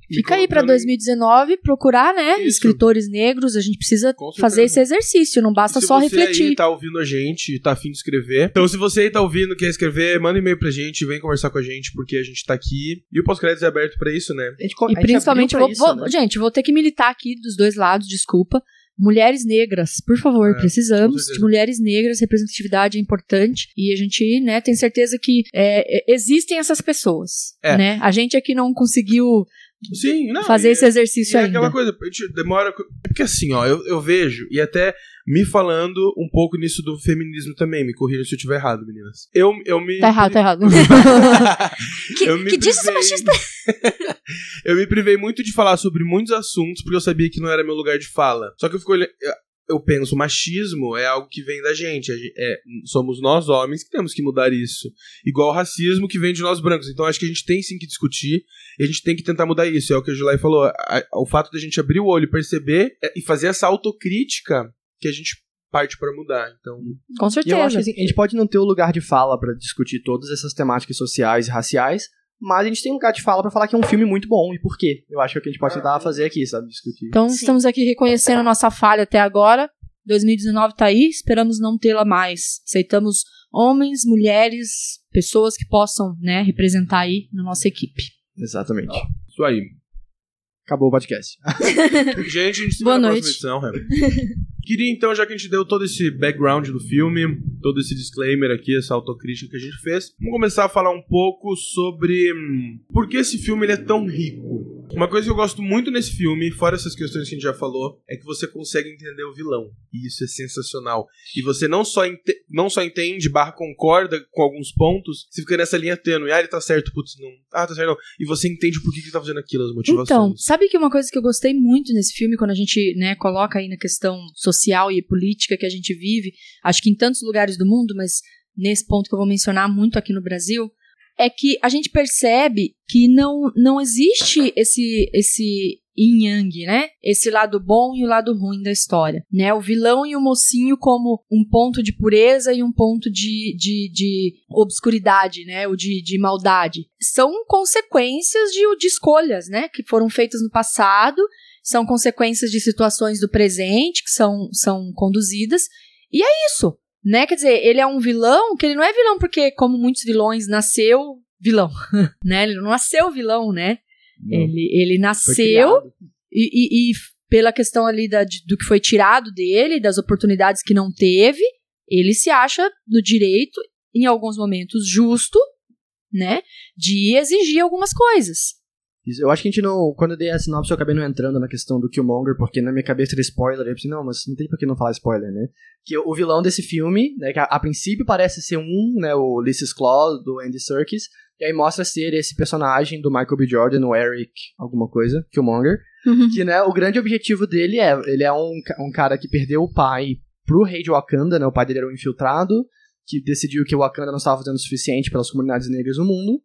[SPEAKER 1] me
[SPEAKER 3] Fica aí pra
[SPEAKER 1] colocando em-
[SPEAKER 3] 2019 procurar, né?
[SPEAKER 1] Isso.
[SPEAKER 3] Escritores negros, a gente precisa
[SPEAKER 1] Com certeza.
[SPEAKER 3] fazer esse exercício, não basta
[SPEAKER 1] se
[SPEAKER 3] é só
[SPEAKER 1] você Aí
[SPEAKER 3] refletir.
[SPEAKER 1] tá ouvindo a gente, e tá afim de escrever. Então, se você aí tá ouvindo, quer escrever, manda um e-mail pra gente, vem conversar com a gente, porque a gente tá aqui. E o pós-crédito é aberto pra isso, né?
[SPEAKER 2] A gente co- a
[SPEAKER 3] E
[SPEAKER 2] gente
[SPEAKER 3] principalmente,
[SPEAKER 2] abriu
[SPEAKER 3] eu
[SPEAKER 2] pra
[SPEAKER 3] vou,
[SPEAKER 2] isso,
[SPEAKER 3] vou-
[SPEAKER 2] né?
[SPEAKER 3] gente, vou ter que militar aqui dos dois lados, desculpa. Mulheres negras, por favor,
[SPEAKER 1] É, com
[SPEAKER 3] precisamos
[SPEAKER 1] certeza.
[SPEAKER 3] de mulheres negras, representatividade é importante e a gente, né, tem certeza que é, é, existem essas pessoas,
[SPEAKER 1] É.
[SPEAKER 3] né? A gente aqui não conseguiu
[SPEAKER 1] Sim, não.
[SPEAKER 3] fazer
[SPEAKER 1] e-
[SPEAKER 3] esse
[SPEAKER 1] e
[SPEAKER 3] exercício
[SPEAKER 1] é
[SPEAKER 3] ainda.
[SPEAKER 1] aquela coisa, a gente demora. É porque assim, ó, eu, eu vejo, e até me falando um pouco nisso do feminismo também, me corrija se eu tiver errado, meninas. Eu, eu me.
[SPEAKER 3] Tá errado, tá errado.
[SPEAKER 4] tá- Que,
[SPEAKER 1] Eu me
[SPEAKER 4] que disso você
[SPEAKER 1] privei-
[SPEAKER 4] machista?
[SPEAKER 1] eu me privei muito de falar sobre muitos assuntos porque eu sabia que não era meu lugar de fala. Só que eu fico olhando. Eu penso, machismo é algo que vem da gente. a gen- é, somos nós, homens, que temos que mudar isso. Igual o racismo que vem de nós brancos. Então acho que a gente tem sim que discutir e a gente tem que tentar mudar isso. É o que a Julai falou. a- o fato da gente abrir o olho, e perceber é, e fazer essa autocrítica que a gente parte pra mudar. Então,
[SPEAKER 3] Com
[SPEAKER 2] E eu acho que
[SPEAKER 3] certeza.
[SPEAKER 2] assim, a gente pode não ter o lugar de fala pra discutir todas essas temáticas sociais e raciais, mas a gente tem um lugar de fala pra falar que é um filme muito bom e por quê. Eu acho que é o que a gente pode tentar fazer aqui, sabe? Discutir.
[SPEAKER 3] Então
[SPEAKER 4] Sim.
[SPEAKER 3] estamos aqui reconhecendo a nossa falha até agora. 2019 tá aí, esperamos não tê-la mais. Aceitamos homens, mulheres, pessoas que possam, né, representar aí na nossa equipe.
[SPEAKER 2] Exatamente.
[SPEAKER 1] isso aí.
[SPEAKER 2] Acabou o podcast.
[SPEAKER 1] Gente, a gente se vê
[SPEAKER 3] Boa
[SPEAKER 1] na
[SPEAKER 3] noite.
[SPEAKER 1] próxima edição. Remy. Queria então, já que a gente deu todo esse background do filme, todo esse disclaimer aqui, essa autocrítica que a gente fez, vamos começar a falar um pouco sobre hum, por que esse filme ele é tão rico. Uma coisa que eu gosto muito nesse filme, fora essas questões que a gente já falou, é que você consegue entender o vilão. E isso é sensacional. E você não só, ente- não só entende, barra concorda com alguns pontos, você fica nessa linha tênue. Ah, ele tá certo, putz, não. Ah, tá certo, não. E você entende por que que ele tá fazendo aquilo, as motivações.
[SPEAKER 3] Então, sabe que uma coisa que eu gostei muito nesse filme, quando a gente né, coloca aí na questão social e política que a gente vive, acho que em tantos lugares do mundo, mas nesse ponto que eu vou mencionar muito aqui no Brasil, é que a gente percebe que não, não existe esse esse yin yang, né? Esse lado bom e o lado ruim da história, né? O vilão e o mocinho como um ponto de pureza e um ponto de, de, de obscuridade, né? Ou de, de maldade. São consequências de, de escolhas, né? Que foram feitas no passado, são consequências de situações do presente que são, são conduzidas. E é isso, né? Quer dizer, ele é um vilão que ele não é vilão porque, como muitos vilões, nasceu vilão, né? Ele não nasceu vilão, né? Ele, ele
[SPEAKER 2] Hum. Foi
[SPEAKER 3] nasceu
[SPEAKER 2] criado.
[SPEAKER 3] e, e- e pela questão ali da- de- do que foi tirado dele, das oportunidades que não teve, ele se acha no direito, em alguns momentos justo, né, de exigir algumas coisas.
[SPEAKER 2] Isso, Eu acho que a gente não. Quando eu dei a sinopse, eu acabei não entrando na questão do Killmonger, porque na minha cabeça era spoiler. Eu pensei, não, mas não tem pra que não falar spoiler, né? Que o vilão desse filme, né, que a, a princípio parece ser um, né? O Ulysses Claw, do Andy Serkis. E aí mostra ser esse personagem do Michael B. Jordan, o Eric, alguma coisa, Killmonger. Que, né, o grande objetivo dele é, ele é um, ca- um cara que perdeu o pai pro rei de Wakanda, né, o pai dele era um infiltrado, que decidiu que o Wakanda não estava fazendo o suficiente pelas comunidades negras no mundo,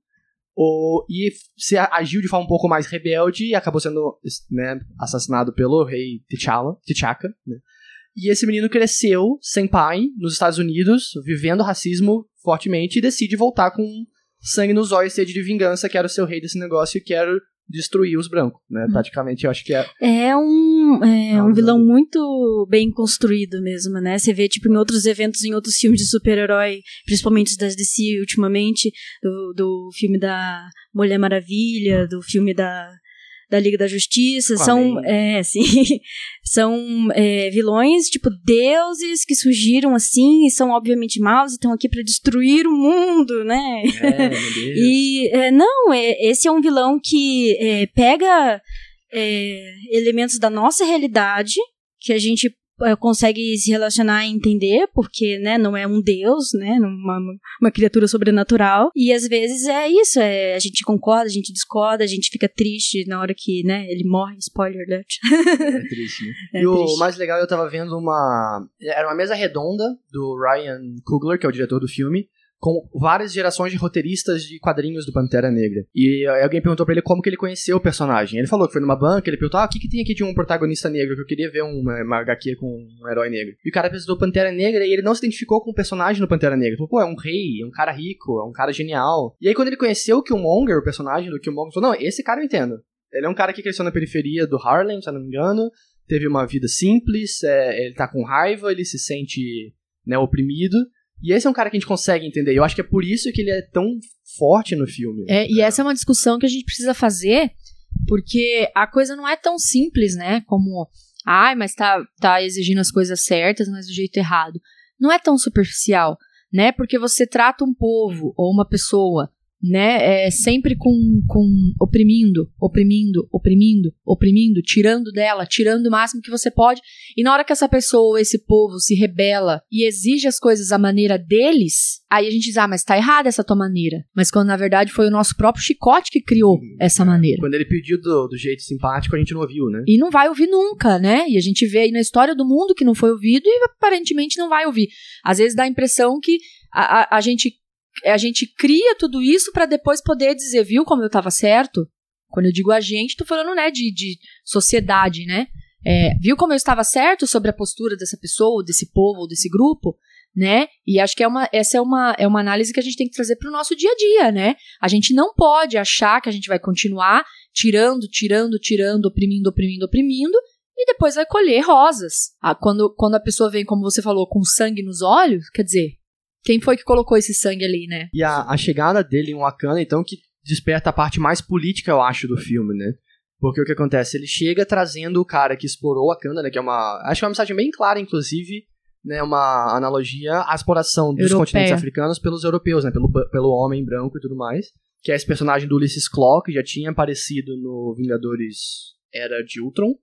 [SPEAKER 2] ou, e f- se a- agiu de forma um pouco mais rebelde e acabou sendo, es- né, assassinado pelo rei T'Challa, T'Chaka, né. E esse menino cresceu sem pai, nos Estados Unidos, vivendo racismo fortemente, e decide voltar com sangue nos olhos, sede de vingança, quero ser o rei desse negócio e quero destruir os brancos, né,
[SPEAKER 3] Hum.
[SPEAKER 2] praticamente, eu acho que é
[SPEAKER 4] É um, é
[SPEAKER 2] Não,
[SPEAKER 4] um vilão
[SPEAKER 2] não.
[SPEAKER 4] muito bem construído mesmo, né? Você vê, tipo, em outros eventos, em outros filmes de super-herói, principalmente os das DC ultimamente, do, do filme da Mulher Maravilha, do filme da, da Liga da Justiça, são,
[SPEAKER 2] Aquaman.
[SPEAKER 4] é, assim, são é, vilões, tipo, deuses que surgiram assim e são obviamente maus e estão aqui pra destruir o mundo, né?
[SPEAKER 2] É, meu Deus.
[SPEAKER 4] E é, não, é, esse é um vilão que é, pega é, elementos da nossa realidade que a gente é, consegue se relacionar e entender, porque né, não é um deus, né, não é uma, uma criatura sobrenatural. E às vezes é isso, é, a gente concorda, a gente discorda, a gente fica triste na hora que né, ele morre, spoiler alert.
[SPEAKER 2] É triste, né?
[SPEAKER 4] É
[SPEAKER 2] e o
[SPEAKER 4] triste.
[SPEAKER 2] mais legal, eu tava vendo uma. Era uma mesa redonda do Ryan Coogler, que é o diretor do filme, com várias gerações de roteiristas de quadrinhos do Pantera Negra. E alguém perguntou pra ele como que ele conheceu o personagem. Ele falou que foi numa banca, ele perguntou: ah, o que, que tem aqui de um protagonista negro? Que eu queria ver uma, uma HQ com um herói negro. E o cara apresentou Pantera Negra e ele não se identificou com o personagem do Pantera Negra. Ele falou: pô, é um rei, é um cara rico, é um cara genial. E aí quando ele conheceu o Killmonger, o personagem do Killmonger, ele falou: não, esse cara eu entendo. Ele é um cara que cresceu na periferia do Harlem, se eu não me engano teve uma vida simples, é, ele tá com raiva, ele se sente né, oprimido. E esse é um cara que a gente consegue entender. Eu acho que é por isso que ele é tão forte no filme.
[SPEAKER 3] É, e essa é uma discussão que a gente precisa fazer, porque a coisa não é tão simples, né? Como, ai, mas tá, tá exigindo as coisas certas, mas do jeito errado. Não é tão superficial, né? Porque você trata um povo ou uma pessoa, né? É, sempre com, com oprimindo, oprimindo, oprimindo, oprimindo, tirando dela, tirando o máximo que você pode. E na hora que essa pessoa, ou esse povo, se rebela e exige as coisas à maneira deles, aí a gente diz, ah, mas tá errada essa tua maneira. Mas quando na verdade foi o nosso próprio chicote que criou
[SPEAKER 2] Uhum,
[SPEAKER 3] essa maneira.
[SPEAKER 2] Quando ele pediu do, do jeito simpático, a gente não ouviu, né?
[SPEAKER 3] E não vai ouvir nunca, né? E a gente vê aí na história do mundo que não foi ouvido e aparentemente não vai ouvir. Às vezes dá a impressão que a, a, a gente, a gente cria tudo isso pra depois poder dizer, viu como eu tava certo? Quando eu digo a gente, tô falando, né, de, de sociedade, né? É, viu como eu estava certo sobre a postura dessa pessoa, ou desse povo, ou desse grupo, né? E acho que é uma, essa é uma, é uma análise que a gente tem que trazer pro nosso dia a dia, né? A gente não pode achar que a gente vai continuar tirando, tirando, tirando, oprimindo, oprimindo, oprimindo, e depois vai colher rosas. Ah, quando, quando a pessoa vem, como você falou, com sangue nos olhos, quer dizer, quem foi que colocou esse sangue ali, né?
[SPEAKER 2] E a, a chegada dele em Wakanda, então, que desperta a parte mais política, eu acho, do filme, né? Porque o que acontece? Ele chega trazendo o cara que explorou a Kanda, né? Que é uma. Acho que é uma mensagem bem clara, inclusive, né? Uma analogia à exploração dos
[SPEAKER 3] Europeia.
[SPEAKER 2] continentes africanos pelos europeus, né? Pelo, pelo homem branco e tudo mais. Que é esse personagem do Ulysses Claw, que já tinha aparecido no Vingadores Era de Ultron.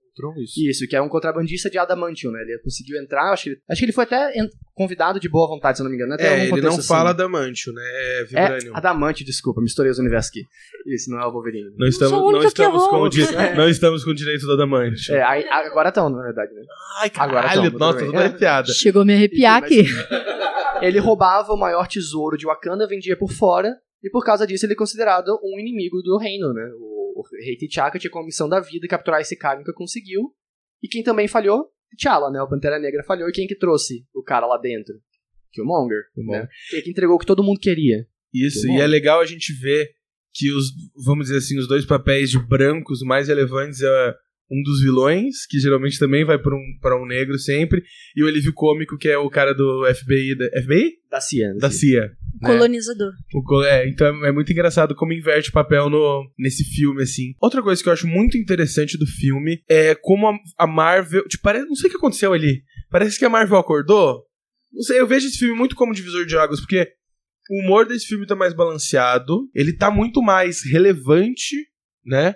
[SPEAKER 1] isso.
[SPEAKER 2] Isso, que é um contrabandista de Adamantium, né? Ele conseguiu entrar, acho que ele, acho que ele foi até en- convidado de boa vontade, se eu não me engano. né? Até algum
[SPEAKER 1] É, ele
[SPEAKER 2] contexto
[SPEAKER 1] não
[SPEAKER 2] assim.
[SPEAKER 1] fala adamantio, né? É vibranium.
[SPEAKER 2] É, Adamante, desculpa, misturei os universos aqui. Isso, não é o Wolverine.
[SPEAKER 1] Não estamos,
[SPEAKER 4] sou a
[SPEAKER 1] não
[SPEAKER 4] única que
[SPEAKER 1] estamos, com,
[SPEAKER 4] errou.
[SPEAKER 1] o di-
[SPEAKER 2] É.
[SPEAKER 1] não estamos com o direito do adamantio.
[SPEAKER 2] É, aí- agora estão, na verdade, né?
[SPEAKER 1] Ai,
[SPEAKER 2] Agora
[SPEAKER 1] caralho,
[SPEAKER 2] tamo,
[SPEAKER 1] nossa,
[SPEAKER 2] tudo
[SPEAKER 1] tô
[SPEAKER 2] bem.
[SPEAKER 1] toda arrepiada.
[SPEAKER 3] Chegou a me arrepiar
[SPEAKER 2] Enfim,
[SPEAKER 3] aqui.
[SPEAKER 2] Ele roubava o maior tesouro de Wakanda, vendia por fora, e por causa disso ele é considerado um inimigo do reino, né? O, o rei T'Chaka tinha como missão da vida capturar esse cara, nunca conseguiu. E quem também falhou, T'Challa, né? O Pantera Negra falhou, e quem que trouxe o cara lá dentro? Killmonger,
[SPEAKER 1] Killmonger.
[SPEAKER 2] né? Quem que entregou o que todo mundo queria.
[SPEAKER 1] Isso,
[SPEAKER 2] Muito
[SPEAKER 1] e
[SPEAKER 2] bom.
[SPEAKER 1] é legal a gente ver que os, vamos dizer assim, os dois papéis de brancos mais relevantes é um dos vilões, que geralmente também vai pra um, pra um negro sempre, e o alívio cômico, que é o cara do FBI, da, FBI?
[SPEAKER 2] Da Cian.
[SPEAKER 1] Da CIA. né?
[SPEAKER 4] Colonizador.
[SPEAKER 1] O co- é, então é muito engraçado como inverte o papel no, nesse filme, assim. Outra coisa que eu acho muito interessante do filme é como a, a Marvel. Tipo, pare- não sei o que aconteceu ali. Parece que a Marvel acordou. Não sei, eu vejo esse filme muito como divisor de águas, porque o humor desse filme tá mais balanceado, ele tá muito mais relevante, né?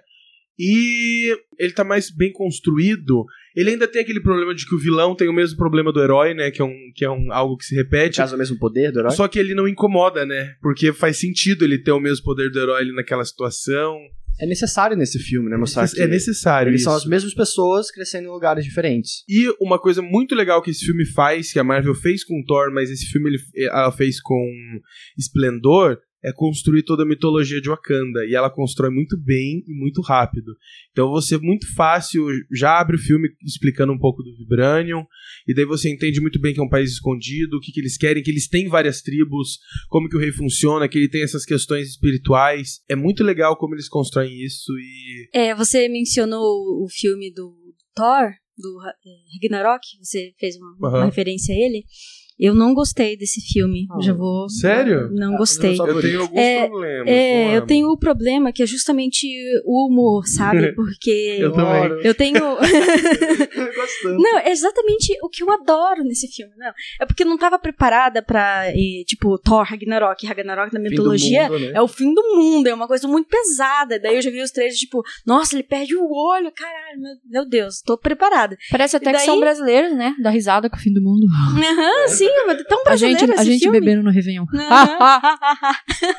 [SPEAKER 1] E ele tá mais bem construído. Ele ainda tem aquele problema de que o vilão tem o mesmo problema do herói, né? Que é, um, que é um, algo que se repete.
[SPEAKER 2] Caso o mesmo poder do herói.
[SPEAKER 1] Só que ele não incomoda, né? Porque faz sentido ele ter o mesmo poder do herói ali naquela situação.
[SPEAKER 2] É necessário nesse filme, né? Mostrar que
[SPEAKER 1] É necessário
[SPEAKER 2] eles
[SPEAKER 1] isso.
[SPEAKER 2] são as mesmas pessoas crescendo em lugares diferentes.
[SPEAKER 1] E uma coisa muito legal que esse filme faz, que a Marvel fez com Thor, mas esse filme ele, ela fez com Esplendor, é construir toda a mitologia de Wakanda. E ela constrói muito bem e muito rápido. Então você, muito fácil, já abre o filme explicando um pouco do Vibranium. E daí você entende muito bem que é um país escondido, o que, que eles querem, que eles têm várias tribos, como que o rei funciona, que ele tem essas questões espirituais. É muito legal como eles constroem isso e.
[SPEAKER 4] É, você mencionou o filme do Thor, do Ra- eh, Ragnarok, você fez uma, uma
[SPEAKER 1] Aham.
[SPEAKER 4] referência a ele. Eu não gostei desse filme.
[SPEAKER 2] Ah,
[SPEAKER 4] Já vou.
[SPEAKER 1] Sério?
[SPEAKER 4] Não
[SPEAKER 2] Ah,
[SPEAKER 4] gostei.
[SPEAKER 2] só-
[SPEAKER 1] Eu tenho alguns
[SPEAKER 4] É,
[SPEAKER 1] problemas.
[SPEAKER 4] É, eu
[SPEAKER 1] vamos lá.
[SPEAKER 4] tenho o problema que é justamente o humor, sabe? Porque
[SPEAKER 1] Eu também.
[SPEAKER 2] Adoro.
[SPEAKER 4] eu tenho.
[SPEAKER 2] Gostando.
[SPEAKER 4] Não, é exatamente o que eu adoro nesse filme. Não, é porque eu não tava preparada pra, eh, tipo, Thor, Ragnarok. Ragnarok na mitologia
[SPEAKER 2] Fim do mundo, né?
[SPEAKER 4] é o fim do mundo, é uma coisa muito pesada. Daí eu já vi os trailers, tipo, nossa, ele perde o olho, caralho, meu, meu Deus, tô preparada.
[SPEAKER 3] Parece até
[SPEAKER 4] E
[SPEAKER 3] que
[SPEAKER 4] daí-
[SPEAKER 3] são brasileiros, né? Dá risada com o fim do mundo.
[SPEAKER 4] Aham, sim, mas é tão
[SPEAKER 3] A gente,
[SPEAKER 4] brasileiro
[SPEAKER 3] a
[SPEAKER 4] esse
[SPEAKER 3] gente
[SPEAKER 4] filme.
[SPEAKER 3] bebendo no Réveillon.
[SPEAKER 4] Aham.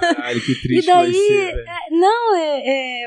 [SPEAKER 1] Caralho, que triste
[SPEAKER 4] E daí,
[SPEAKER 1] vai ser, velho.
[SPEAKER 4] É, não, é, é,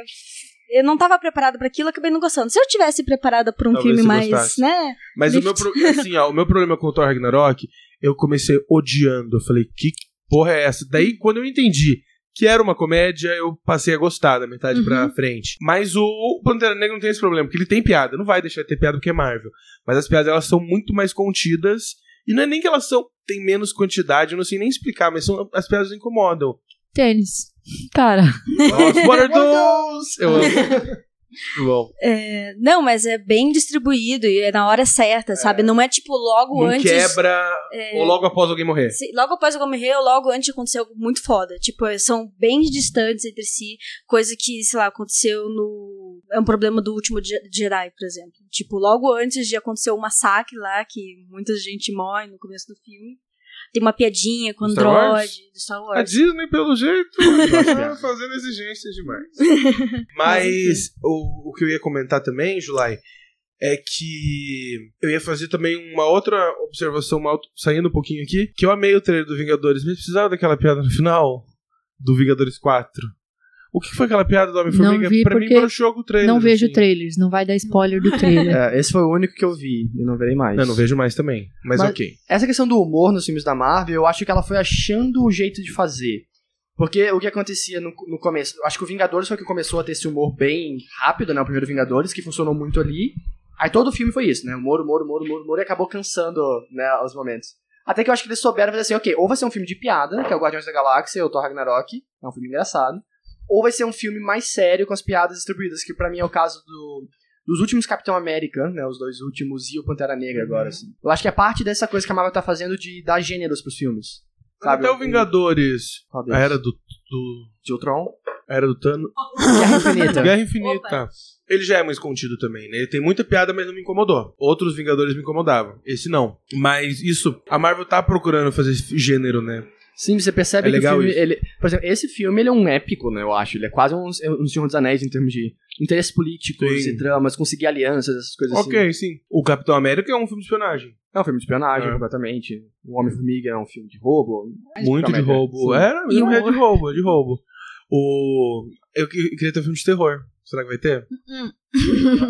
[SPEAKER 4] eu não tava preparada pra aquilo, eu acabei não gostando. Se eu tivesse preparada pra um
[SPEAKER 1] Talvez
[SPEAKER 4] filme
[SPEAKER 1] você
[SPEAKER 4] mais,
[SPEAKER 1] gostasse.
[SPEAKER 4] né?
[SPEAKER 1] Mas o meu,
[SPEAKER 4] Lift.
[SPEAKER 1] pro- assim, ó, o meu problema com o Thor Ragnarok, eu comecei odiando. Eu falei, que porra é essa?
[SPEAKER 4] Uhum.
[SPEAKER 1] Daí, quando eu entendi que era uma comédia, eu passei a gostar da metade
[SPEAKER 4] Uhum.
[SPEAKER 1] pra frente. Mas o, o Pantera Negra não tem esse problema, porque ele tem piada. Não vai deixar de ter piada porque é Marvel. Mas as piadas, elas são muito mais contidas. E não é nem que elas são têm menos quantidade, eu não sei nem explicar, mas são, as piadas incomodam.
[SPEAKER 3] Tênis. Cara,
[SPEAKER 1] Nossa, what are those? Eu amo. Muito bom.
[SPEAKER 4] É, não, mas é bem distribuído e é na hora certa, sabe? Não é tipo logo
[SPEAKER 1] Não
[SPEAKER 4] antes.
[SPEAKER 1] quebra
[SPEAKER 4] é,
[SPEAKER 1] ou logo após alguém morrer.
[SPEAKER 4] Se- logo após eu morrer, ou logo antes aconteceu algo muito foda. Tipo, eh, são bem distantes entre si. Coisa que, sei lá, aconteceu no. É um problema do último Je- Jedi, por exemplo. Tipo, logo antes de acontecer o massacre lá, que muita gente morre no começo do filme. Tem uma piadinha com o
[SPEAKER 1] Star Wars? Ah,
[SPEAKER 4] Android, do Star
[SPEAKER 1] A
[SPEAKER 4] Wars.
[SPEAKER 1] Disney, pelo jeito, tá fazendo exigências demais. Mas o, o que eu ia comentar também, Julai, é que eu ia fazer também uma outra observação, uma outra- saindo um pouquinho aqui, que eu amei o trailer do Vingadores, mas precisava daquela piada no final do Vingadores 4. O que foi aquela piada do Homem-Formiga?
[SPEAKER 3] Não vi,
[SPEAKER 1] Pra mim,
[SPEAKER 3] porque
[SPEAKER 1] broxou com o trailer.
[SPEAKER 3] não vejo
[SPEAKER 1] assim.
[SPEAKER 3] trailers. Não vai dar spoiler do trailer.
[SPEAKER 2] É, esse foi o único que eu vi e não verei mais.
[SPEAKER 1] Não, não vejo mais também. Mas,
[SPEAKER 2] Mas-
[SPEAKER 1] ok.
[SPEAKER 2] Essa questão do humor nos filmes da Marvel, eu acho que ela foi achando o jeito de fazer. Porque o que acontecia no, no começo, eu acho que o Vingadores foi o que começou a ter esse humor bem rápido, né? O primeiro Vingadores, que funcionou muito ali. Aí todo o filme foi isso, né? Humor, humor, humor, humor, humor, e acabou cansando, né, os momentos. Até que eu acho que eles souberam fazer assim, ok, ou vai ser um filme de piada, que é o Guardiões da Galáxia, ou Thor Ragnarok, é um filme engraçado, ou vai ser um filme mais sério, com as piadas distribuídas, que pra mim é o caso do dos últimos Capitão América, né? Os dois últimos e o Pantera Negra agora, assim. Eu acho que é parte dessa coisa que a Marvel tá fazendo de dar gêneros pros filmes. Sabe?
[SPEAKER 1] Até o Vingadores,
[SPEAKER 2] Qual deles?
[SPEAKER 1] a era do- do
[SPEAKER 2] De Ultron.
[SPEAKER 1] Era do Thanos.
[SPEAKER 2] Guerra Infinita.
[SPEAKER 1] Guerra Infinita.
[SPEAKER 4] Opa.
[SPEAKER 1] É. Ele já é mais contido também, né? Ele tem muita piada, mas não me incomodou. Outros Vingadores me incomodavam. Esse não. Mas isso, a Marvel tá procurando fazer esse gênero, né?
[SPEAKER 2] Sim, você percebe
[SPEAKER 1] É
[SPEAKER 2] que
[SPEAKER 1] legal
[SPEAKER 2] o filme,
[SPEAKER 1] isso.
[SPEAKER 2] ele, por exemplo, esse filme ele é um épico, né, eu acho. Ele é quase um, um Senhor dos Anéis em termos de interesses políticos
[SPEAKER 1] Sim.
[SPEAKER 2] e dramas, conseguir alianças, essas coisas assim.
[SPEAKER 1] Ok, sim. O Capitão América é um filme de espionagem.
[SPEAKER 2] É um filme de espionagem
[SPEAKER 1] É.
[SPEAKER 2] completamente. O Homem-Formiga é um filme de roubo.
[SPEAKER 1] Muito de
[SPEAKER 2] comédia.
[SPEAKER 1] roubo.
[SPEAKER 2] Sim.
[SPEAKER 1] Era,
[SPEAKER 3] E
[SPEAKER 1] não é
[SPEAKER 3] humor.
[SPEAKER 1] de roubo, é de roubo. O... Eu, que- eu queria ter um filme de terror. Será que vai ter?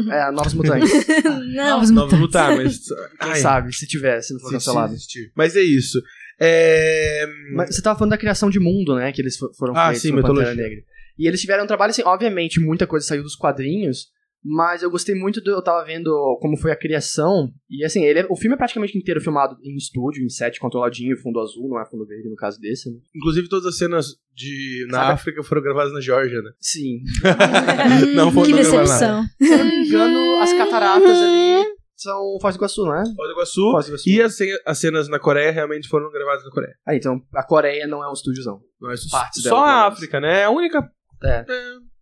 [SPEAKER 2] É, Novos Mutantes.
[SPEAKER 4] Não,
[SPEAKER 3] Novos
[SPEAKER 1] Não,
[SPEAKER 3] mutantes.
[SPEAKER 1] vou lutar, mas.
[SPEAKER 2] Quem
[SPEAKER 1] Ai,
[SPEAKER 2] sabe, se tiver, se não for
[SPEAKER 1] se- se
[SPEAKER 2] cancelado.
[SPEAKER 1] existir. Mas é isso. É...
[SPEAKER 2] Mas você tava falando da criação de mundo, né? Que eles fo- foram
[SPEAKER 1] Ah,
[SPEAKER 2] feitos
[SPEAKER 1] sim,
[SPEAKER 2] no Pantera
[SPEAKER 1] mitologia.
[SPEAKER 2] Negra. E eles tiveram um trabalho, assim, obviamente, muita coisa saiu dos quadrinhos, mas eu gostei muito do. Eu tava vendo como foi a criação. E assim, ele é- o filme é praticamente inteiro filmado em estúdio, em set, controladinho, fundo azul, não é fundo verde no caso desse, né?
[SPEAKER 1] Inclusive, todas as cenas de... na
[SPEAKER 2] Sabe-
[SPEAKER 1] África foram gravadas na Geórgia, né?
[SPEAKER 2] Sim.
[SPEAKER 1] não foi
[SPEAKER 4] que
[SPEAKER 1] não gravaram nada.
[SPEAKER 4] decepção.
[SPEAKER 2] Se eu não
[SPEAKER 3] Uhum.
[SPEAKER 2] me engano, as cataratas ali são Foz do Iguaçu, não é?
[SPEAKER 1] Foz do Iguaçu.
[SPEAKER 2] Foz do Iguaçu.
[SPEAKER 1] Uhum. E as, ce- as cenas na Coreia realmente foram gravadas na Coreia.
[SPEAKER 2] Ah, então a Coreia não é um estúdiozão.
[SPEAKER 1] Mas
[SPEAKER 2] Parte
[SPEAKER 1] só
[SPEAKER 2] dela,
[SPEAKER 1] a
[SPEAKER 2] pelo
[SPEAKER 1] África, né? É a única.
[SPEAKER 2] É.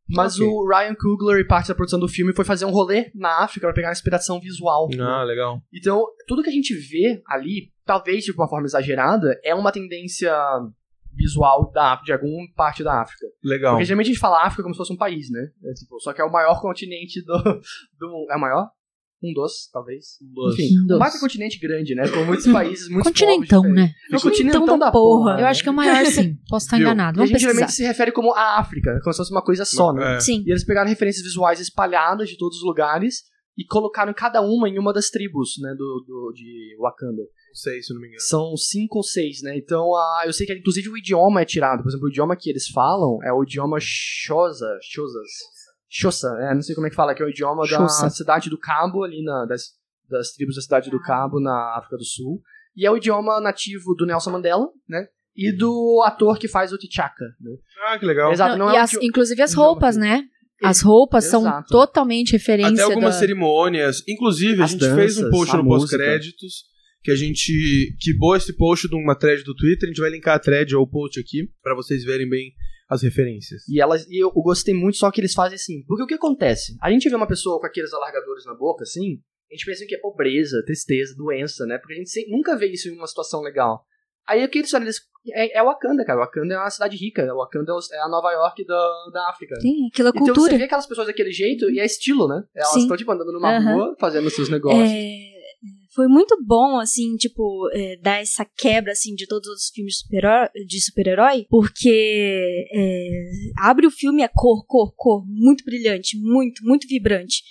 [SPEAKER 2] Mas
[SPEAKER 1] Ok.
[SPEAKER 2] o Ryan Coogler e parte da produção do filme foi fazer um rolê na África pra pegar uma inspiração visual.
[SPEAKER 1] Ah, legal.
[SPEAKER 2] Então, tudo que a gente vê ali, talvez de uma forma exagerada, é uma tendência visual da, de alguma parte da África.
[SPEAKER 1] Legal.
[SPEAKER 2] Porque geralmente a gente fala África como se fosse um país, né? É, tipo, só que é o maior continente do, do mundo. É o maior? Um dos, talvez. Enfim,
[SPEAKER 3] Um dos.
[SPEAKER 2] um baita continente grande, né? Com muitos países, muitos
[SPEAKER 3] Continentão,
[SPEAKER 2] povos
[SPEAKER 3] né?
[SPEAKER 2] É um
[SPEAKER 4] Continentão
[SPEAKER 2] continentão
[SPEAKER 4] da
[SPEAKER 2] da porra.
[SPEAKER 4] porra.
[SPEAKER 2] né?
[SPEAKER 3] Eu acho que ah, é o maior, sim. Posso estar
[SPEAKER 1] Viu?
[SPEAKER 2] E
[SPEAKER 3] enganado.
[SPEAKER 2] a
[SPEAKER 3] Vamos
[SPEAKER 2] gente geralmente
[SPEAKER 3] pesquisar.
[SPEAKER 2] se refere como a África, como se fosse uma coisa só, né?
[SPEAKER 1] É.
[SPEAKER 4] Sim.
[SPEAKER 2] E eles pegaram referências visuais espalhadas de todos os lugares e colocaram cada uma em uma das tribos, né, do, do- de Wakanda.
[SPEAKER 1] Não sei, se eu não me engano.
[SPEAKER 2] São cinco ou seis, né? Então, ah, eu sei que inclusive o idioma é tirado. Por exemplo, o idioma que eles falam é o idioma Xhosa, Xhosas. Xhosa, é, não sei como é que fala, que é o idioma da
[SPEAKER 3] Xhosa.
[SPEAKER 2] cidade do Cabo, ali na, das, das tribos da cidade do Cabo, na África do Sul. E é o idioma nativo do Nelson Mandela, né? E do ator que faz o T'Chaka. Né?
[SPEAKER 1] Ah, que legal.
[SPEAKER 2] Exato, não,
[SPEAKER 3] Não,
[SPEAKER 2] é
[SPEAKER 3] e
[SPEAKER 2] um
[SPEAKER 3] as-
[SPEAKER 2] idi-
[SPEAKER 3] inclusive as
[SPEAKER 2] um idioma
[SPEAKER 3] roupas,
[SPEAKER 2] que-
[SPEAKER 3] né? As roupas são
[SPEAKER 2] Exato.
[SPEAKER 3] totalmente referência
[SPEAKER 1] Até algumas
[SPEAKER 3] da...
[SPEAKER 1] cerimônias. Inclusive, a
[SPEAKER 2] As
[SPEAKER 1] gente
[SPEAKER 2] danças,
[SPEAKER 1] fez um post
[SPEAKER 2] a
[SPEAKER 1] no
[SPEAKER 2] música.
[SPEAKER 1] pós-créditos. Que a gente. Que boa esse post de uma thread do Twitter. A gente vai linkar a thread ou o post aqui. pra vocês verem bem as referências.
[SPEAKER 2] E, elas, e eu eu gostei muito, só que eles fazem assim. Porque o que acontece? A gente vê uma pessoa com aqueles alargadores na boca, assim, a gente pensa que é pobreza, tristeza, doença, né? Porque a gente se- nunca vê isso em uma situação legal. Aí o que eles fazem? Eles, é, é Wakanda, cara. Wakanda é uma cidade rica. Wakanda é o- é a Nova York da, da África.
[SPEAKER 4] Sim, aquilo é
[SPEAKER 2] Então
[SPEAKER 4] cultura.
[SPEAKER 2] você vê aquelas pessoas daquele jeito e é estilo, né? Elas
[SPEAKER 4] Sim.
[SPEAKER 2] estão tipo andando numa
[SPEAKER 4] Aham.
[SPEAKER 2] rua, fazendo seus negócios.
[SPEAKER 4] É, foi muito bom, assim, tipo, é, dar essa quebra, assim, de todos os filmes de superhero- de super-herói, porque é, abre o filme a cor, cor, cor, muito brilhante, muito, muito vibrante.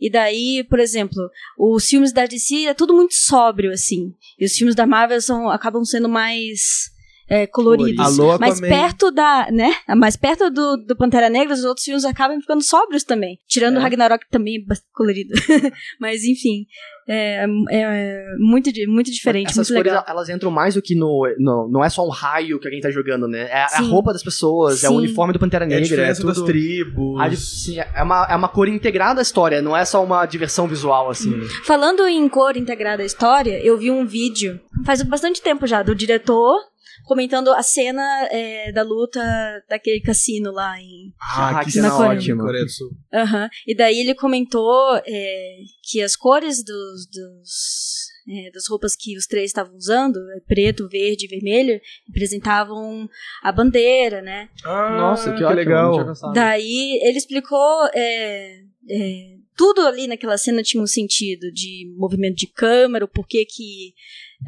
[SPEAKER 4] E daí, por exemplo, os filmes da DC é tudo muito sóbrio, assim. E os filmes da Marvel são, acabam sendo mais é, coloridos.
[SPEAKER 2] Coloridos.
[SPEAKER 1] Alô,
[SPEAKER 4] Mais
[SPEAKER 1] Aquaman.
[SPEAKER 4] perto da, né? Mais perto do, do Pantera Negra, os outros filmes acabam ficando sóbrios também. Tirando
[SPEAKER 2] É.
[SPEAKER 4] o Ragnarok, que também é bastante colorido. Mas, enfim. É, é muito, di- muito diferente,
[SPEAKER 2] Essas
[SPEAKER 4] muito
[SPEAKER 2] cores,
[SPEAKER 4] legal.
[SPEAKER 2] elas entram mais do que no, no. Não é só um raio que alguém tá jogando, né? É a- a
[SPEAKER 4] Sim.
[SPEAKER 2] roupa das pessoas, é o
[SPEAKER 4] Sim.
[SPEAKER 2] uniforme do Pantera
[SPEAKER 1] É a
[SPEAKER 2] Negra.
[SPEAKER 1] diferença
[SPEAKER 2] tudo...
[SPEAKER 1] das tribos.
[SPEAKER 2] A di- sim, é, uma, é uma cor integrada à história, não é só uma diversão visual, assim.
[SPEAKER 4] Falando em cor integrada à história, eu vi um vídeo, faz bastante tempo já, do diretor comentando a cena é, da luta daquele cassino lá em
[SPEAKER 2] Ah, que
[SPEAKER 4] cena
[SPEAKER 2] cena
[SPEAKER 4] Coreia.
[SPEAKER 2] ótima.
[SPEAKER 1] Coreia do Sul.
[SPEAKER 4] Aham. E daí ele comentou é, que as cores dos, dos, é, das roupas que os três estavam usando, é, preto, verde e vermelho, representavam a bandeira, né?
[SPEAKER 1] Ah,
[SPEAKER 2] Nossa, que, ótimo, não tinha
[SPEAKER 1] legal.
[SPEAKER 2] pensado.
[SPEAKER 4] Daí ele explicou. é, é, tudo ali naquela cena tinha um sentido de movimento de câmera, o porquê que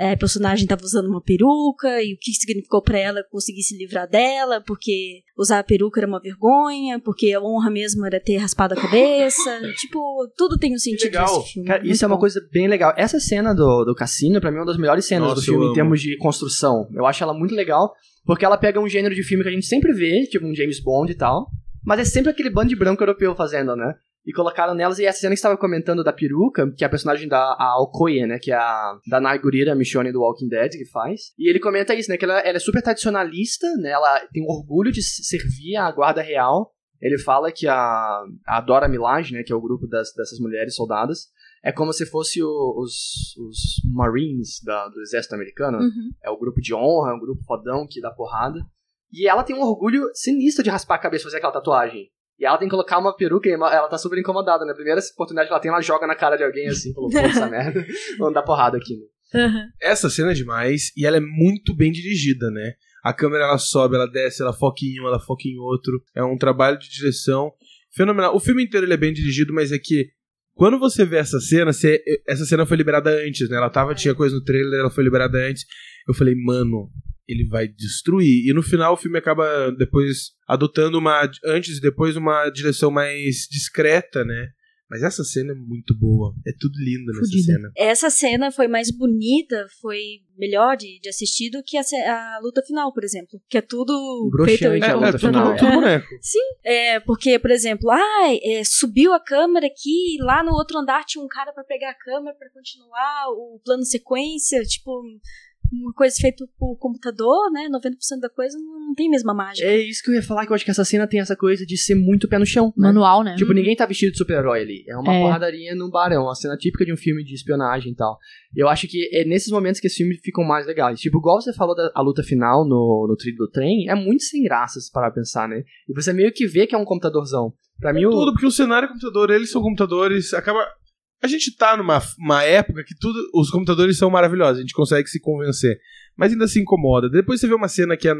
[SPEAKER 4] é, a personagem estava usando uma peruca e o que significou para ela conseguir se livrar dela, porque usar a peruca era uma vergonha, porque a honra mesmo era ter raspado a cabeça. tipo, tudo tem um sentido
[SPEAKER 1] legal.
[SPEAKER 4] nesse filme.
[SPEAKER 2] Cara,
[SPEAKER 4] Muito
[SPEAKER 2] isso é uma
[SPEAKER 4] bom.
[SPEAKER 2] coisa bem legal. Essa cena do, do cassino, pra mim, é uma das melhores cenas
[SPEAKER 1] Nossa,
[SPEAKER 2] do filme
[SPEAKER 1] eu
[SPEAKER 2] em
[SPEAKER 1] amo.
[SPEAKER 2] termos de construção. Eu acho ela muito legal, porque ela pega um gênero de filme que a gente sempre vê, tipo um James Bond e tal, mas é sempre aquele bando de branco europeu fazendo, né? E colocaram nelas, e essa cena que você estava comentando da peruca, que é a personagem da a Okoye, né? Que é a da Nagurira Michonne do Walking Dead, que faz. E ele comenta isso, né? Que ela, ela é super tradicionalista, né? Ela tem orgulho de se- servir à guarda real. Ele fala que a, a Dora Milaje, né? Que é o grupo das, dessas mulheres soldadas, é como se fosse o- os, os Marines da- do exército americano.
[SPEAKER 4] Uhum.
[SPEAKER 2] É o grupo de honra, é um grupo fodão que dá porrada. E ela tem um orgulho sinistro de raspar a cabeça e fazer aquela tatuagem. E ela tem que colocar uma peruca e ela ela tá super incomodada, né? Primeira oportunidade que ela tem, ela joga na cara de alguém assim, falou, pô, essa merda, vamos dar porrada aqui. Né?
[SPEAKER 1] Essa cena é demais e ela é muito bem dirigida, né? A câmera ela sobe, ela desce, ela foca em um, ela foca em outro. É um trabalho de direção fenomenal. O filme inteiro ele é bem dirigido, mas é que quando você vê essa cena, você- essa cena foi liberada antes, né? Ela tava, tinha coisa no trailer, ela foi liberada antes. Eu falei, mano, ele vai destruir. E no final o filme acaba depois adotando uma antes e depois uma direção mais discreta, né? Mas essa cena é muito boa. É tudo lindo nessa
[SPEAKER 3] Fudida.
[SPEAKER 1] cena.
[SPEAKER 4] Essa cena foi mais bonita, foi melhor de, de assistir do que a, ce- a luta final, por exemplo. Que é tudo
[SPEAKER 2] Broxante
[SPEAKER 4] feito...
[SPEAKER 2] a luta final.
[SPEAKER 1] É, tudo boneco.
[SPEAKER 4] É, porque, por exemplo, ah, é, subiu a câmera aqui, lá no outro andar tinha um cara pra pegar a câmera pra continuar o plano sequência, tipo, uma coisa feita por computador, né? 90% da coisa não tem mesma mágica.
[SPEAKER 2] É isso que eu ia falar, que eu acho que essa cena tem essa coisa de ser muito pé no chão. né?
[SPEAKER 3] Manual, né?
[SPEAKER 2] Tipo, ninguém tá vestido de super-herói ali. É uma
[SPEAKER 3] É.
[SPEAKER 2] porradaria num bar, é uma cena típica de um filme de espionagem e tal. Eu acho que é nesses momentos que esses filmes ficam mais legais. Tipo, igual você falou da a luta final no, no trilho do trem, é muito sem graça se parar pra pensar, né? E você meio que vê que é um computadorzão. Pra mim, o...
[SPEAKER 1] Tudo, porque o cenário é computador, eles são computadores, acaba... A gente tá numa uma época que tudo, os computadores são maravilhosos, a gente consegue se convencer. Mas ainda se incomoda. Depois você vê uma cena que é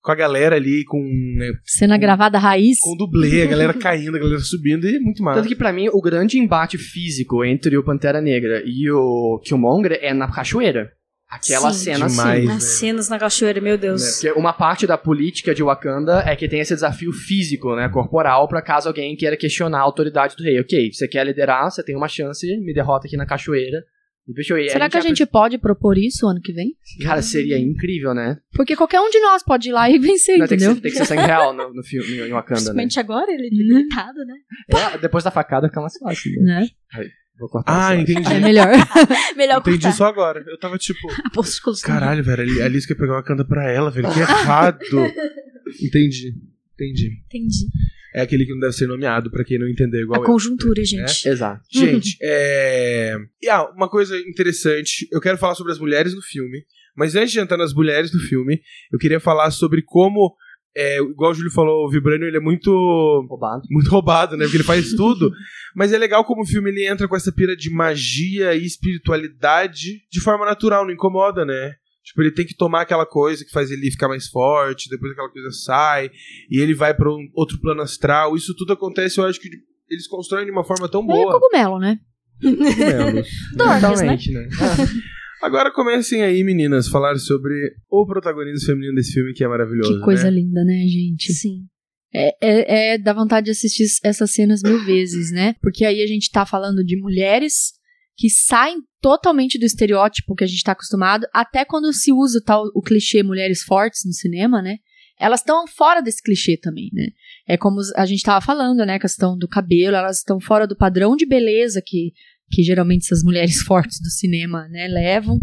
[SPEAKER 1] com a galera ali, com, né,
[SPEAKER 3] Cena gravada raiz.
[SPEAKER 1] com o dublê, a galera caindo, a galera subindo, e é muito massa.
[SPEAKER 2] Tanto que pra mim, o grande embate físico entre o Pantera Negra e o Killmonger é na cachoeira. Aquela
[SPEAKER 4] Sim.
[SPEAKER 2] cena
[SPEAKER 1] Demais.
[SPEAKER 2] assim.
[SPEAKER 1] Isso,
[SPEAKER 4] As
[SPEAKER 1] né?
[SPEAKER 4] cenas na cachoeira, meu Deus.
[SPEAKER 2] né? Porque uma parte da política de Wakanda é que tem esse desafio físico, né, corporal, pra caso alguém queira questionar a autoridade do rei. Ok, você quer liderar, você tem uma chance, me derrota aqui na cachoeira. E, bicho, e
[SPEAKER 3] Será que a gente pode propor isso ano que vem?
[SPEAKER 2] Cara, seria incrível, né?
[SPEAKER 3] Porque qualquer um de nós pode ir lá e vencer,
[SPEAKER 2] Não, tem, que
[SPEAKER 3] entendeu?
[SPEAKER 2] ser, tem que ser sangue real no, no filme, em Wakanda, né?
[SPEAKER 4] Principalmente agora,
[SPEAKER 3] Né?
[SPEAKER 4] ele limitado, né?
[SPEAKER 2] É, depois da facada fica mais fácil. Né?
[SPEAKER 3] Né?
[SPEAKER 2] Vou cortar
[SPEAKER 1] Ah,
[SPEAKER 2] isso,
[SPEAKER 1] entendi.
[SPEAKER 3] É melhor.
[SPEAKER 4] Melhor
[SPEAKER 1] Entendi
[SPEAKER 4] cortar.
[SPEAKER 1] só agora. Eu tava tipo,
[SPEAKER 3] Apóstolos.
[SPEAKER 1] caralho, velho, a Alice quer pegar uma canta pra ela, velho, que errado. entendi, entendi.
[SPEAKER 4] Entendi.
[SPEAKER 1] É aquele que não deve ser nomeado, pra quem não entender igual
[SPEAKER 4] A
[SPEAKER 1] eu.
[SPEAKER 4] conjuntura, gente.
[SPEAKER 2] Exato.
[SPEAKER 3] Uhum.
[SPEAKER 1] Gente, é. E ah, uma coisa interessante, eu quero falar sobre as mulheres no filme, mas antes de entrar nas mulheres do filme, eu queria falar sobre como, é, igual o Júlio falou, o Vibranium ele é muito
[SPEAKER 2] um Roubado.
[SPEAKER 1] muito roubado, né? Porque ele faz tudo. Mas é legal como o filme ele entra com essa pira de magia e espiritualidade de forma natural, não incomoda, né? Tipo, ele tem que tomar aquela coisa que faz ele ficar mais forte, depois aquela coisa sai, e ele vai pra um outro plano astral. Isso tudo acontece, eu acho que eles constroem de uma forma tão
[SPEAKER 3] É
[SPEAKER 1] boa.
[SPEAKER 3] cogumelo, né?
[SPEAKER 1] cogumelos.
[SPEAKER 4] Dorgas, né?
[SPEAKER 2] Totalmente, né?
[SPEAKER 1] Agora comecem aí, meninas, falar sobre o protagonismo feminino desse filme que é maravilhoso.
[SPEAKER 3] Que
[SPEAKER 1] né?
[SPEAKER 3] coisa linda, né, gente?
[SPEAKER 4] Sim.
[SPEAKER 3] É, é, é dá vontade de assistir essas cenas mil vezes, né? Porque aí a gente tá falando de mulheres que saem totalmente do estereótipo que a gente tá acostumado, até quando se usa o tal o clichê mulheres fortes no cinema, né? Elas estão fora desse clichê também, né? É como a gente tava falando, né? A questão do cabelo, elas estão fora do padrão de beleza que, que geralmente essas mulheres fortes do cinema, né, levam.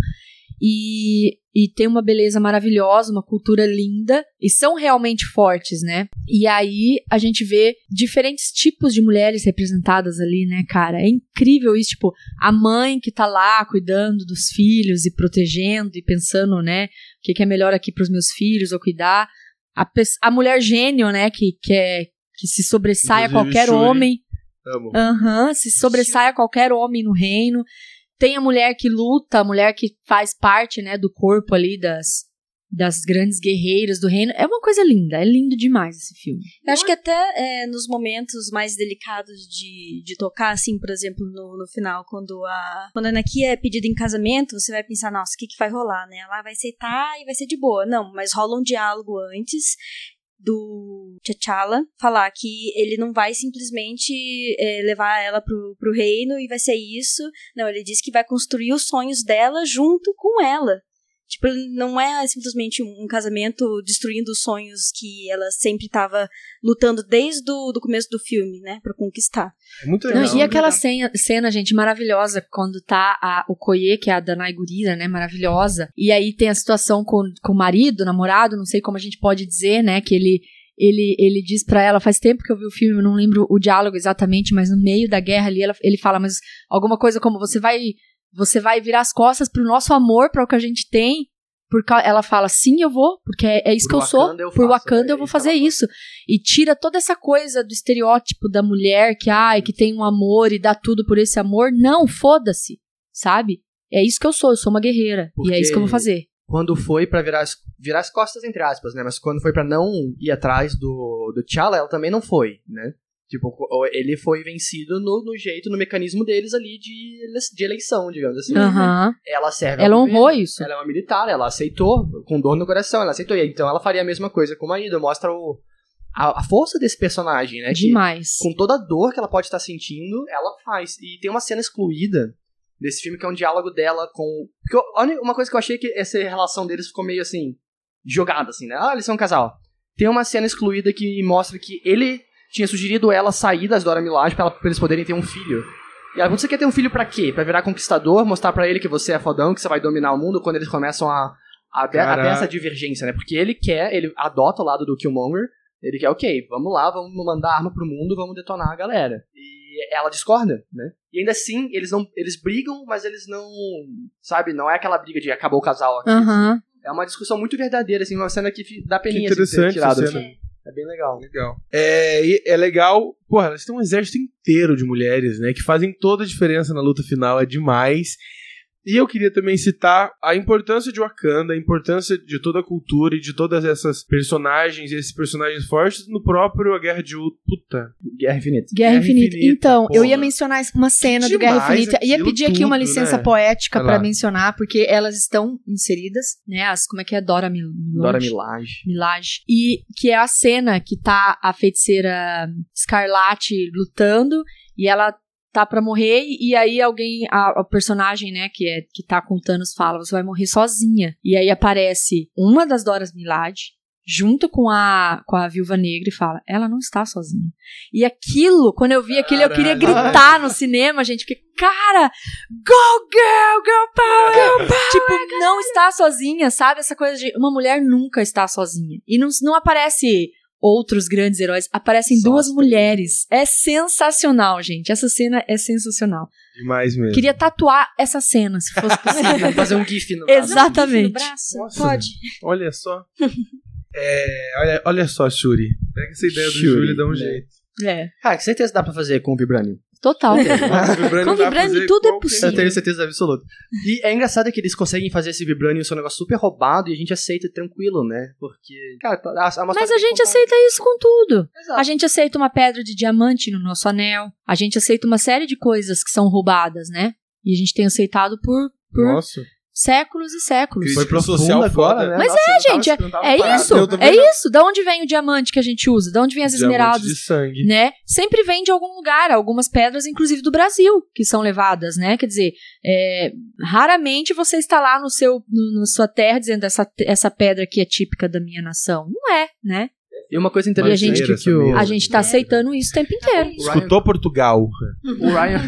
[SPEAKER 3] E, e tem uma beleza maravilhosa, uma cultura linda, e são realmente fortes, né? E aí a gente vê diferentes tipos de mulheres representadas ali, né, cara? É incrível isso, tipo, a mãe que tá lá cuidando dos filhos e protegendo e pensando, né, o que, que é melhor aqui pros meus filhos ou cuidar. A, pes- a mulher gênio, né, que, que, é, que se sobressai a
[SPEAKER 1] Inclusive,
[SPEAKER 3] qualquer
[SPEAKER 1] Shuri.
[SPEAKER 3] homem.
[SPEAKER 1] Amo.
[SPEAKER 3] Aham, se sobressai a qualquer homem no reino. Tem a mulher que luta, a mulher que faz parte, né, do corpo ali das, das grandes guerreiras do reino. É uma coisa linda, é lindo demais esse filme.
[SPEAKER 4] Eu acho que até é, nos momentos mais delicados de, de tocar, assim, por exemplo, no, no final, quando a, quando a Anaki é pedida em casamento, você vai pensar, nossa, o que, que vai rolar, né? Ela vai aceitar e vai ser de boa. Não, mas rola um diálogo antes do T'Challa falar que ele não vai simplesmente é, levar ela pro, pro reino e vai ser isso. Não, ele diz que vai construir os sonhos dela junto com ela. Tipo, não é simplesmente um um casamento destruindo os sonhos que ela sempre estava lutando desde o do começo do filme, né? Pra conquistar.
[SPEAKER 1] É muito
[SPEAKER 3] Não,
[SPEAKER 1] legal.
[SPEAKER 3] e aquela
[SPEAKER 4] legal. né?
[SPEAKER 3] cena, cena, gente, maravilhosa, quando tá a, o Koye, que é a Danai Gurira, né, maravilhosa. E aí tem a situação com, com o marido, namorado, não sei como a gente pode dizer, né, que ele... Ele, ele diz pra ela, faz tempo que eu vi o filme, eu não lembro o diálogo exatamente, mas no meio da guerra ali ela- ele fala, mas alguma coisa como você vai você vai virar as costas pro nosso amor, pra o que a gente tem, por ca- ela fala, sim, eu vou, porque é, é isso
[SPEAKER 2] Por
[SPEAKER 3] que eu sou.
[SPEAKER 2] Wakanda eu
[SPEAKER 3] por
[SPEAKER 2] faço,
[SPEAKER 3] Wakanda
[SPEAKER 2] é
[SPEAKER 3] eu vou
[SPEAKER 2] isso que ela
[SPEAKER 3] fazer isso. E tira toda essa coisa do estereótipo da mulher que, ai, que tem um amor e dá tudo por esse amor. Não, foda-se, sabe? É isso que eu sou, eu sou uma guerreira. E é
[SPEAKER 2] Porque-
[SPEAKER 3] isso que eu vou fazer.
[SPEAKER 2] Quando foi pra virar as, virar as costas, entre aspas, né? Mas quando foi pra não ir atrás do, do T'Challa, ela também não foi, né? Tipo, co- ele foi vencido no, no jeito, no mecanismo deles ali de, ele- de eleição, digamos assim.
[SPEAKER 3] Aham.
[SPEAKER 2] Ela serve ao
[SPEAKER 3] Ela
[SPEAKER 2] governo,
[SPEAKER 3] honrou isso.
[SPEAKER 2] Ela é uma militar, ela aceitou, com dor no coração, ela aceitou. E Então ela faria a mesma coisa com o marido, mostra o, a, a força desse personagem, né? que-
[SPEAKER 3] Demais.
[SPEAKER 2] com toda a dor que ela pode estar sentindo, ela faz. E tem uma cena excluída desse filme que é um diálogo dela com. Porque eu- a uni- uma coisa que eu achei que essa relação deles ficou meio assim. jogada, assim, né? Ah, eles são um casal. Tem uma cena excluída que mostra que ele tinha sugerido ela sair das Dora Milaje pra, ela- pra eles poderem ter um filho. E ela, você quer ter um filho pra quê? Pra virar conquistador, mostrar pra ele que você é fodão, que você vai dominar o mundo quando eles começam a, a, ter- a ter essa
[SPEAKER 1] Caraca.
[SPEAKER 2] divergência, né? Porque ele quer, ele adota o lado do Killmonger, ele quer, ok, vamos lá, vamos mandar arma pro mundo, vamos detonar a galera. E ela discorda, né? E ainda assim, eles não. Eles brigam, mas eles não. Sabe, não é aquela briga de acabou o casal aqui.
[SPEAKER 3] Aham.
[SPEAKER 2] É uma discussão muito verdadeira, assim, uma cena que fi- dá
[SPEAKER 1] Que
[SPEAKER 2] peninha assim, de ser
[SPEAKER 1] interessante essa
[SPEAKER 2] tirada.
[SPEAKER 1] cena.
[SPEAKER 2] É bem legal.
[SPEAKER 1] Legal. É, e é legal. Porra, elas têm um exército inteiro de mulheres, né? Que fazem toda a diferença na luta final, é demais. E eu queria também citar a importância de Wakanda, a importância de toda a cultura e de todas essas personagens, esses personagens fortes no próprio A Guerra de Ultron. Puta.
[SPEAKER 2] Guerra Infinita.
[SPEAKER 3] Guerra,
[SPEAKER 1] Guerra
[SPEAKER 3] Infinita.
[SPEAKER 1] Infinita,
[SPEAKER 3] Então, eu
[SPEAKER 1] porra.
[SPEAKER 3] ia mencionar uma cena do
[SPEAKER 1] Demais
[SPEAKER 3] Guerra Infinita. Ia
[SPEAKER 1] aquilo
[SPEAKER 3] pedir aqui uma
[SPEAKER 1] tudo,
[SPEAKER 3] licença
[SPEAKER 1] né?
[SPEAKER 3] poética
[SPEAKER 1] Vai lá.
[SPEAKER 3] pra mencionar, porque elas estão inseridas, né? As, como é que é? Dora Mil
[SPEAKER 2] Dora Milaje.
[SPEAKER 3] Milage. E que é a cena que tá a feiticeira Escarlate lutando e ela tá pra morrer e aí alguém, a, a personagem, né, que é que tá com o Thanos fala, você vai morrer sozinha. E aí aparece uma das Doras Milage junto com a com a Viúva Negra e fala, ela não está sozinha. E aquilo, quando eu vi aquilo, eu queria
[SPEAKER 1] Caralho.
[SPEAKER 3] gritar no cinema, gente, porque cara, go girl, girl power, girl Tipo, não está sozinha, sabe? Essa coisa de uma mulher nunca está sozinha. E não, não aparece outros grandes heróis, aparecem
[SPEAKER 2] Só
[SPEAKER 3] duas
[SPEAKER 2] as
[SPEAKER 3] mulheres. É sensacional, gente. Essa cena é sensacional.
[SPEAKER 1] Demais mesmo.
[SPEAKER 3] Queria tatuar essa cena, se fosse possível.
[SPEAKER 2] Fazer um gif no braço.
[SPEAKER 4] No
[SPEAKER 3] Exatamente.
[SPEAKER 4] braço?
[SPEAKER 1] Nossa.
[SPEAKER 4] Pode.
[SPEAKER 1] Olha só. É, olha, olha só, Shuri. Pega essa ideia do
[SPEAKER 2] Shuri,
[SPEAKER 1] Júlio e dá um
[SPEAKER 2] né?
[SPEAKER 1] jeito.
[SPEAKER 3] É,
[SPEAKER 2] Cara, com certeza dá pra fazer com o Vibranium.
[SPEAKER 3] total.
[SPEAKER 1] Vibranium
[SPEAKER 4] Com
[SPEAKER 1] dá pra
[SPEAKER 4] vibranium
[SPEAKER 1] fazer
[SPEAKER 4] tudo é
[SPEAKER 1] qualquer-
[SPEAKER 4] possível.
[SPEAKER 2] Eu tenho certeza absoluta. E é engraçado que eles conseguem fazer esse Vibranium ser um negócio super roubado e a gente aceita tranquilo, né? Porque. Cara, tá- a, a
[SPEAKER 3] Mas a gente aceita isso com tudo. A gente aceita uma pedra de diamante no nosso anel. A gente aceita uma série de coisas que são roubadas, né? E a gente tem aceitado por, por
[SPEAKER 1] Nossa.
[SPEAKER 3] séculos e séculos.
[SPEAKER 1] Crítica
[SPEAKER 2] Foi pro
[SPEAKER 1] social
[SPEAKER 2] social
[SPEAKER 1] foda.
[SPEAKER 2] agora, né?
[SPEAKER 3] Mas
[SPEAKER 2] é,
[SPEAKER 3] gente, É isso,
[SPEAKER 1] Eu também
[SPEAKER 3] é isso. Da onde vem o diamante que a gente usa? Da onde vem as
[SPEAKER 1] Diamante
[SPEAKER 3] esmeraldas?
[SPEAKER 1] de sangue.
[SPEAKER 3] Né? Sempre vem de algum lugar, algumas pedras, inclusive do Brasil, que são levadas, né? Quer dizer, é, raramente você está lá no seu, no- na sua terra dizendo essa, essa pedra aqui é típica da minha nação. Não é, né?
[SPEAKER 2] E uma coisa
[SPEAKER 1] Mas
[SPEAKER 2] interessante
[SPEAKER 1] gente-
[SPEAKER 2] que o.
[SPEAKER 3] A
[SPEAKER 1] é.
[SPEAKER 3] gente está aceitando isso o tempo inteiro.
[SPEAKER 1] Escutou Portugal.
[SPEAKER 2] O Ryan.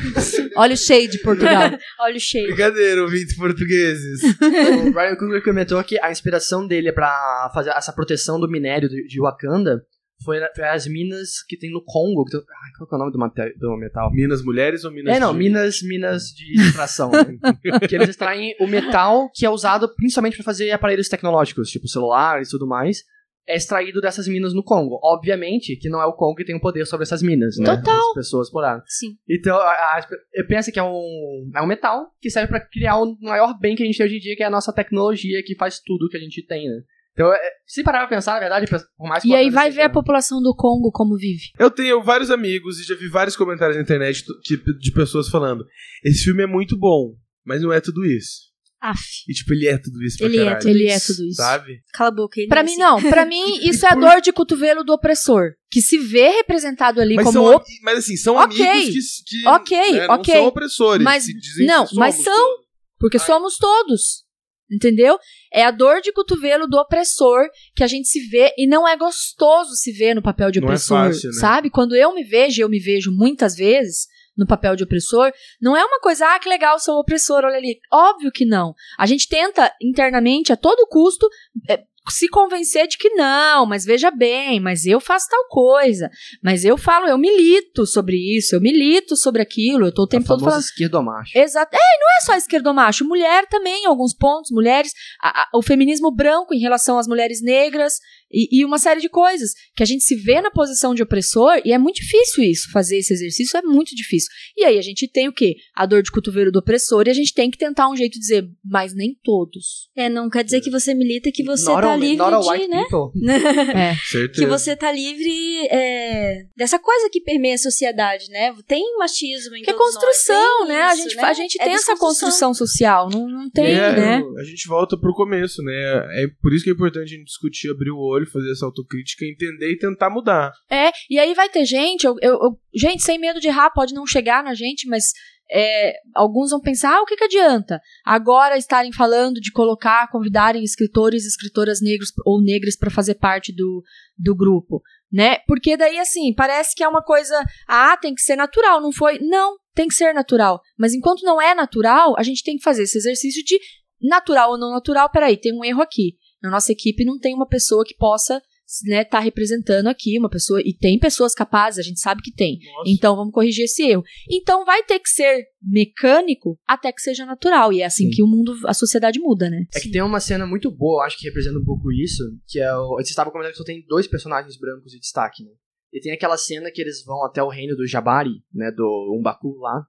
[SPEAKER 3] Olha o shade, Portugal.
[SPEAKER 4] Olha o cheiro.
[SPEAKER 1] Brincadeira, ouvintes portugueses.
[SPEAKER 2] o Ryan Coogler comentou que a inspiração dele pra fazer essa proteção do minério de de Wakanda foi, na- foi as minas que tem no Congo. que tem- ai, qual que é o nome do, mate- do metal?
[SPEAKER 1] Minas mulheres ou Minas
[SPEAKER 2] É, não,
[SPEAKER 1] de-
[SPEAKER 2] minas, minas de extração. né? que eles extraem o metal que é usado principalmente pra fazer aparelhos tecnológicos, tipo celulares e tudo mais. É extraído dessas minas no Congo. Obviamente que não é o Congo que tem o poder sobre essas minas, né?
[SPEAKER 3] Total.
[SPEAKER 2] As pessoas exploraram.
[SPEAKER 4] Sim.
[SPEAKER 2] Então, a- a- eu penso que é um, é um metal que serve pra criar o maior bem que a gente tem hoje em dia, que é a nossa tecnologia que faz tudo que a gente tem, né? Então, é- se parar pra pensar, na verdade, por mais que
[SPEAKER 3] E
[SPEAKER 2] o
[SPEAKER 3] aí
[SPEAKER 2] Wakanda
[SPEAKER 3] vai
[SPEAKER 2] seja-
[SPEAKER 3] ver a população do Congo como vive.
[SPEAKER 1] Eu tenho vários amigos e já vi vários comentários na internet t- que- de pessoas falando: esse filme é muito bom, mas não é tudo isso.
[SPEAKER 4] Af.
[SPEAKER 1] E tipo, ele é tudo isso pra
[SPEAKER 4] Ele é
[SPEAKER 1] caralho.
[SPEAKER 4] tudo
[SPEAKER 3] Ele é tudo isso.
[SPEAKER 1] Sabe?
[SPEAKER 4] Cala a boca. ele
[SPEAKER 3] Pra
[SPEAKER 4] é
[SPEAKER 3] mim,
[SPEAKER 4] assim.
[SPEAKER 3] não. Pra mim, isso é a dor de cotovelo do opressor. Que se vê representado ali
[SPEAKER 1] Mas,
[SPEAKER 3] como
[SPEAKER 1] são, ami- mas assim, são
[SPEAKER 3] Ok.
[SPEAKER 1] amigos que, que
[SPEAKER 3] Ok,
[SPEAKER 1] né, não
[SPEAKER 3] ok.
[SPEAKER 1] são opressores.
[SPEAKER 3] Mas-
[SPEAKER 1] se dizem
[SPEAKER 3] não,
[SPEAKER 1] que somos
[SPEAKER 3] mas são.
[SPEAKER 1] todos.
[SPEAKER 3] Porque somos todos. Entendeu? É a dor de cotovelo do opressor que a gente se vê e não é gostoso se ver no papel de
[SPEAKER 1] Não é
[SPEAKER 3] opressor,
[SPEAKER 1] fácil, né?
[SPEAKER 3] sabe? Quando eu me vejo, eu me vejo muitas vezes no papel de opressor, não é uma coisa, ah, que legal, sou opressor, olha ali. Óbvio que não. A gente tenta internamente, a todo custo, é, se convencer de que não, mas veja bem, mas eu faço tal coisa, mas eu falo, eu milito sobre isso, eu milito sobre aquilo, eu tô o tempo todo falando.
[SPEAKER 2] esquerdomacho.
[SPEAKER 3] Exato. É, e não é só esquerdomacho, mulher também, em alguns pontos, mulheres, a- a- o feminismo branco em relação às mulheres negras e, e uma série de coisas. Que a gente se vê na posição de opressor e é muito difícil isso, fazer esse exercício é muito difícil. E aí a gente tem o quê? A dor de cotovelo do opressor e a gente tem que tentar um jeito de dizer, mas nem todos.
[SPEAKER 4] É, não quer dizer que você milita que você
[SPEAKER 2] not
[SPEAKER 4] tá
[SPEAKER 2] all-
[SPEAKER 4] livre
[SPEAKER 2] not all
[SPEAKER 4] de,
[SPEAKER 2] white
[SPEAKER 4] né?
[SPEAKER 2] people.
[SPEAKER 4] Que
[SPEAKER 1] Certeza.
[SPEAKER 4] você tá livre é, dessa coisa que permeia a sociedade, né? Tem machismo em
[SPEAKER 3] Que é
[SPEAKER 4] todos nós,
[SPEAKER 3] construção,
[SPEAKER 4] tem
[SPEAKER 3] né? A
[SPEAKER 4] isso,
[SPEAKER 3] gente,
[SPEAKER 4] né?
[SPEAKER 3] a gente
[SPEAKER 4] É
[SPEAKER 3] tem essa construção social, não, não tem,
[SPEAKER 1] É,
[SPEAKER 3] né?
[SPEAKER 1] A gente volta pro começo, né? É por isso que é importante a gente discutir, abrir o olho, fazer essa autocrítica, entender e tentar mudar.
[SPEAKER 3] É, e aí vai ter gente, eu, eu- eu- gente, sem medo de errar, pode não chegar na gente, mas é, alguns vão pensar, ah, o que, que adianta? Agora estarem falando de colocar, convidarem escritores e escritoras negros ou negras para fazer parte do, do grupo, né? Porque daí, assim, parece que é uma coisa, ah, tem que ser natural, não foi? Não, tem que ser natural. Mas enquanto não é natural, a gente tem que fazer esse exercício de natural ou não natural, peraí, tem um erro aqui. Na nossa equipe não tem uma pessoa que possa né, tá representando aqui uma pessoa, e tem pessoas capazes, a gente sabe que tem.
[SPEAKER 1] Nossa.
[SPEAKER 3] Então vamos corrigir esse erro. Então vai ter que ser mecânico até que seja natural, e é assim
[SPEAKER 2] Sim.
[SPEAKER 3] que o mundo, a sociedade muda, né?
[SPEAKER 2] É que tem uma cena muito boa, eu acho que representa um pouco isso, que é o... Você estava comentando que só tem dois personagens brancos de destaque, né? E tem aquela cena que eles vão até o reino do Jabari, né? Do Umbaku lá,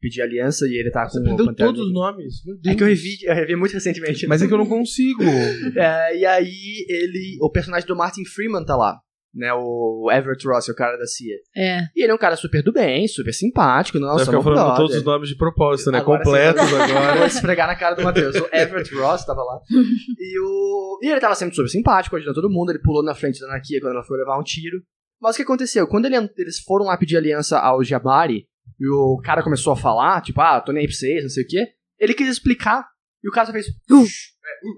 [SPEAKER 2] pedir aliança e ele tá
[SPEAKER 1] Ah, Você
[SPEAKER 2] com o
[SPEAKER 1] aprendeu
[SPEAKER 2] Pantera
[SPEAKER 1] todos os
[SPEAKER 2] Negra.
[SPEAKER 1] nomes. Meu Deus.
[SPEAKER 2] É que eu revi, eu revi muito recentemente.
[SPEAKER 1] Mas é que eu não consigo.
[SPEAKER 2] É, e aí ele. O personagem do Martin Freeman tá lá. Né, o Everett Ross, o cara da CIA.
[SPEAKER 3] É.
[SPEAKER 2] E ele é um cara super do bem, super simpático.
[SPEAKER 1] Vai
[SPEAKER 2] Nossa,
[SPEAKER 1] ficar
[SPEAKER 2] meu
[SPEAKER 1] falando
[SPEAKER 2] brother.
[SPEAKER 1] todos os nomes de propósito, né?
[SPEAKER 2] Agora
[SPEAKER 1] Completos
[SPEAKER 2] sim. Vou
[SPEAKER 1] agora.
[SPEAKER 2] esfregar na cara do Matheus. O Everett Ross tava lá. E, o... e ele tava sempre super simpático, ajudando todo mundo. Ele pulou na frente da Anakia quando ela foi levar um tiro. Mas o que aconteceu? Quando ele- eles foram lá pedir aliança ao Jabari, e o cara começou a falar, tipo, ah, tô nem aí pra vocês, não sei o quê. Ele quis explicar, e o cara só fez... "Uh".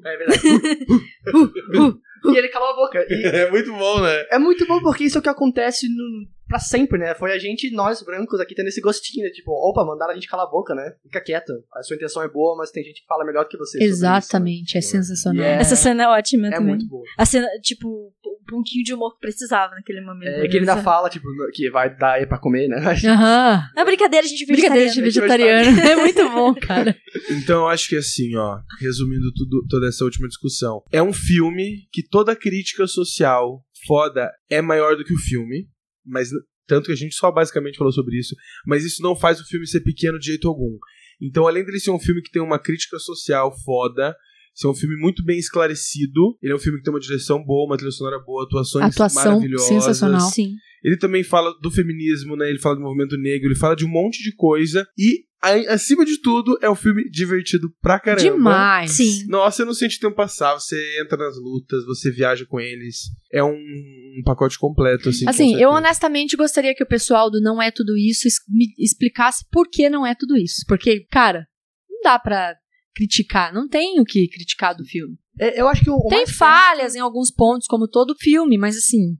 [SPEAKER 2] É, é verdade. e ele calou a boca. E
[SPEAKER 1] É muito bom, né?
[SPEAKER 2] é muito bom porque isso é o que acontece no, pra sempre, né? Foi a gente, nós brancos aqui, tendo esse gostinho, né? Tipo, opa, mandaram a gente calar a boca, né? Fica quieto. A sua intenção é boa, mas tem gente que fala melhor que você. sobre isso, né?
[SPEAKER 3] Exatamente, é sensacional.
[SPEAKER 2] Yeah.
[SPEAKER 4] Essa cena é ótima
[SPEAKER 2] É
[SPEAKER 4] também.
[SPEAKER 2] muito boa.
[SPEAKER 4] A cena, tipo, o pontinho de humor que precisava naquele momento. né?
[SPEAKER 2] É que ele ainda
[SPEAKER 4] Uhum. Essa-
[SPEAKER 2] fala, tipo, que vai dar aí pra comer, né?
[SPEAKER 3] Aham.
[SPEAKER 4] É brincadeira, a gente
[SPEAKER 3] Brincadeira de
[SPEAKER 4] vegetariana.
[SPEAKER 3] vegetariano. É muito bom, cara.
[SPEAKER 1] Então eu acho que assim, ó, resumindo tudo, toda essa última discussão, é um filme que toda crítica social foda é maior do que o filme, mas n- tanto que a gente só basicamente falou sobre isso, mas isso não faz o filme ser pequeno de jeito algum. Então, além dele ser um filme que tem uma crítica social foda, ser um filme muito bem esclarecido, ele é um filme que tem uma direção boa, uma trilha sonora boa, atuações
[SPEAKER 3] Atuação
[SPEAKER 1] maravilhosas.
[SPEAKER 3] sensacional.
[SPEAKER 4] Sim.
[SPEAKER 1] Ele também fala do feminismo, né? Ele fala do movimento negro, ele fala de um monte de coisa. E, a- acima de tudo, é um filme divertido pra caramba.
[SPEAKER 3] Demais.
[SPEAKER 4] Sim.
[SPEAKER 1] Nossa, eu não sente o tempo passar. Você entra nas lutas, você viaja com eles. É um, um pacote completo, assim. com
[SPEAKER 3] Assim, eu
[SPEAKER 1] certeza.
[SPEAKER 3] honestamente gostaria que o pessoal do Não É Tudo Isso es- me explicasse por que não é tudo isso. Porque, cara, não dá pra criticar, não tem o que criticar do filme.
[SPEAKER 2] É, eu acho que o, o
[SPEAKER 3] Tem
[SPEAKER 2] mais-
[SPEAKER 3] falhas em alguns pontos, como todo filme, mas assim,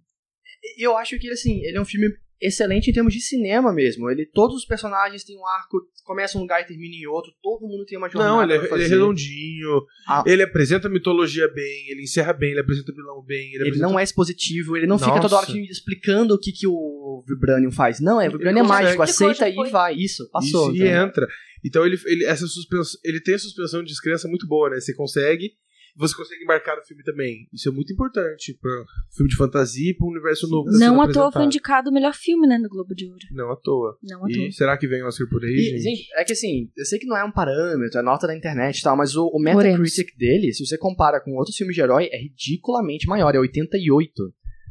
[SPEAKER 2] Eu acho que ele, assim, ele é um filme excelente em termos de cinema mesmo. Ele, todos os personagens têm um arco, começa um lugar e termina em outro. Todo mundo tem uma jornada
[SPEAKER 1] Não, ele é,
[SPEAKER 2] pra
[SPEAKER 1] ele
[SPEAKER 2] fazer.
[SPEAKER 1] é redondinho.
[SPEAKER 2] Ah.
[SPEAKER 1] Ele apresenta a mitologia bem, ele encerra bem, ele apresenta o vilão bem. Ele,
[SPEAKER 2] Ele
[SPEAKER 1] apresenta...
[SPEAKER 2] não é expositivo, ele não fica
[SPEAKER 1] Nossa.
[SPEAKER 2] toda hora te explicando o que, que o Vibranium faz. Não, é, o Vibranium é
[SPEAKER 1] Ele
[SPEAKER 2] mágico,
[SPEAKER 4] consegue.
[SPEAKER 2] aceita
[SPEAKER 4] Depois já
[SPEAKER 2] e vai. Isso, passou.
[SPEAKER 1] Isso, e
[SPEAKER 2] entendeu?
[SPEAKER 1] entra. Então ele, ele, essa suspensão, ele tem a suspensão de descrença muito boa, né? Você consegue. Você consegue embarcar no filme também. Isso é muito importante pra um filme de fantasia e pra um universo novo. que tá
[SPEAKER 4] Não
[SPEAKER 1] sendo
[SPEAKER 4] à toa foi
[SPEAKER 1] apresentado.
[SPEAKER 4] indicado o melhor filme, né, no Globo de Ouro.
[SPEAKER 1] Não à toa.
[SPEAKER 4] Não à toa.
[SPEAKER 1] E será que vem o Oscar por aí,
[SPEAKER 2] E,
[SPEAKER 1] gente?
[SPEAKER 2] gente, é que assim, eu sei que não é um parâmetro, é nota da internet e tal, mas o, o
[SPEAKER 3] Oremos.
[SPEAKER 2] Metacritic dele, se você compara com outros filmes de herói, é ridiculamente maior, é 88.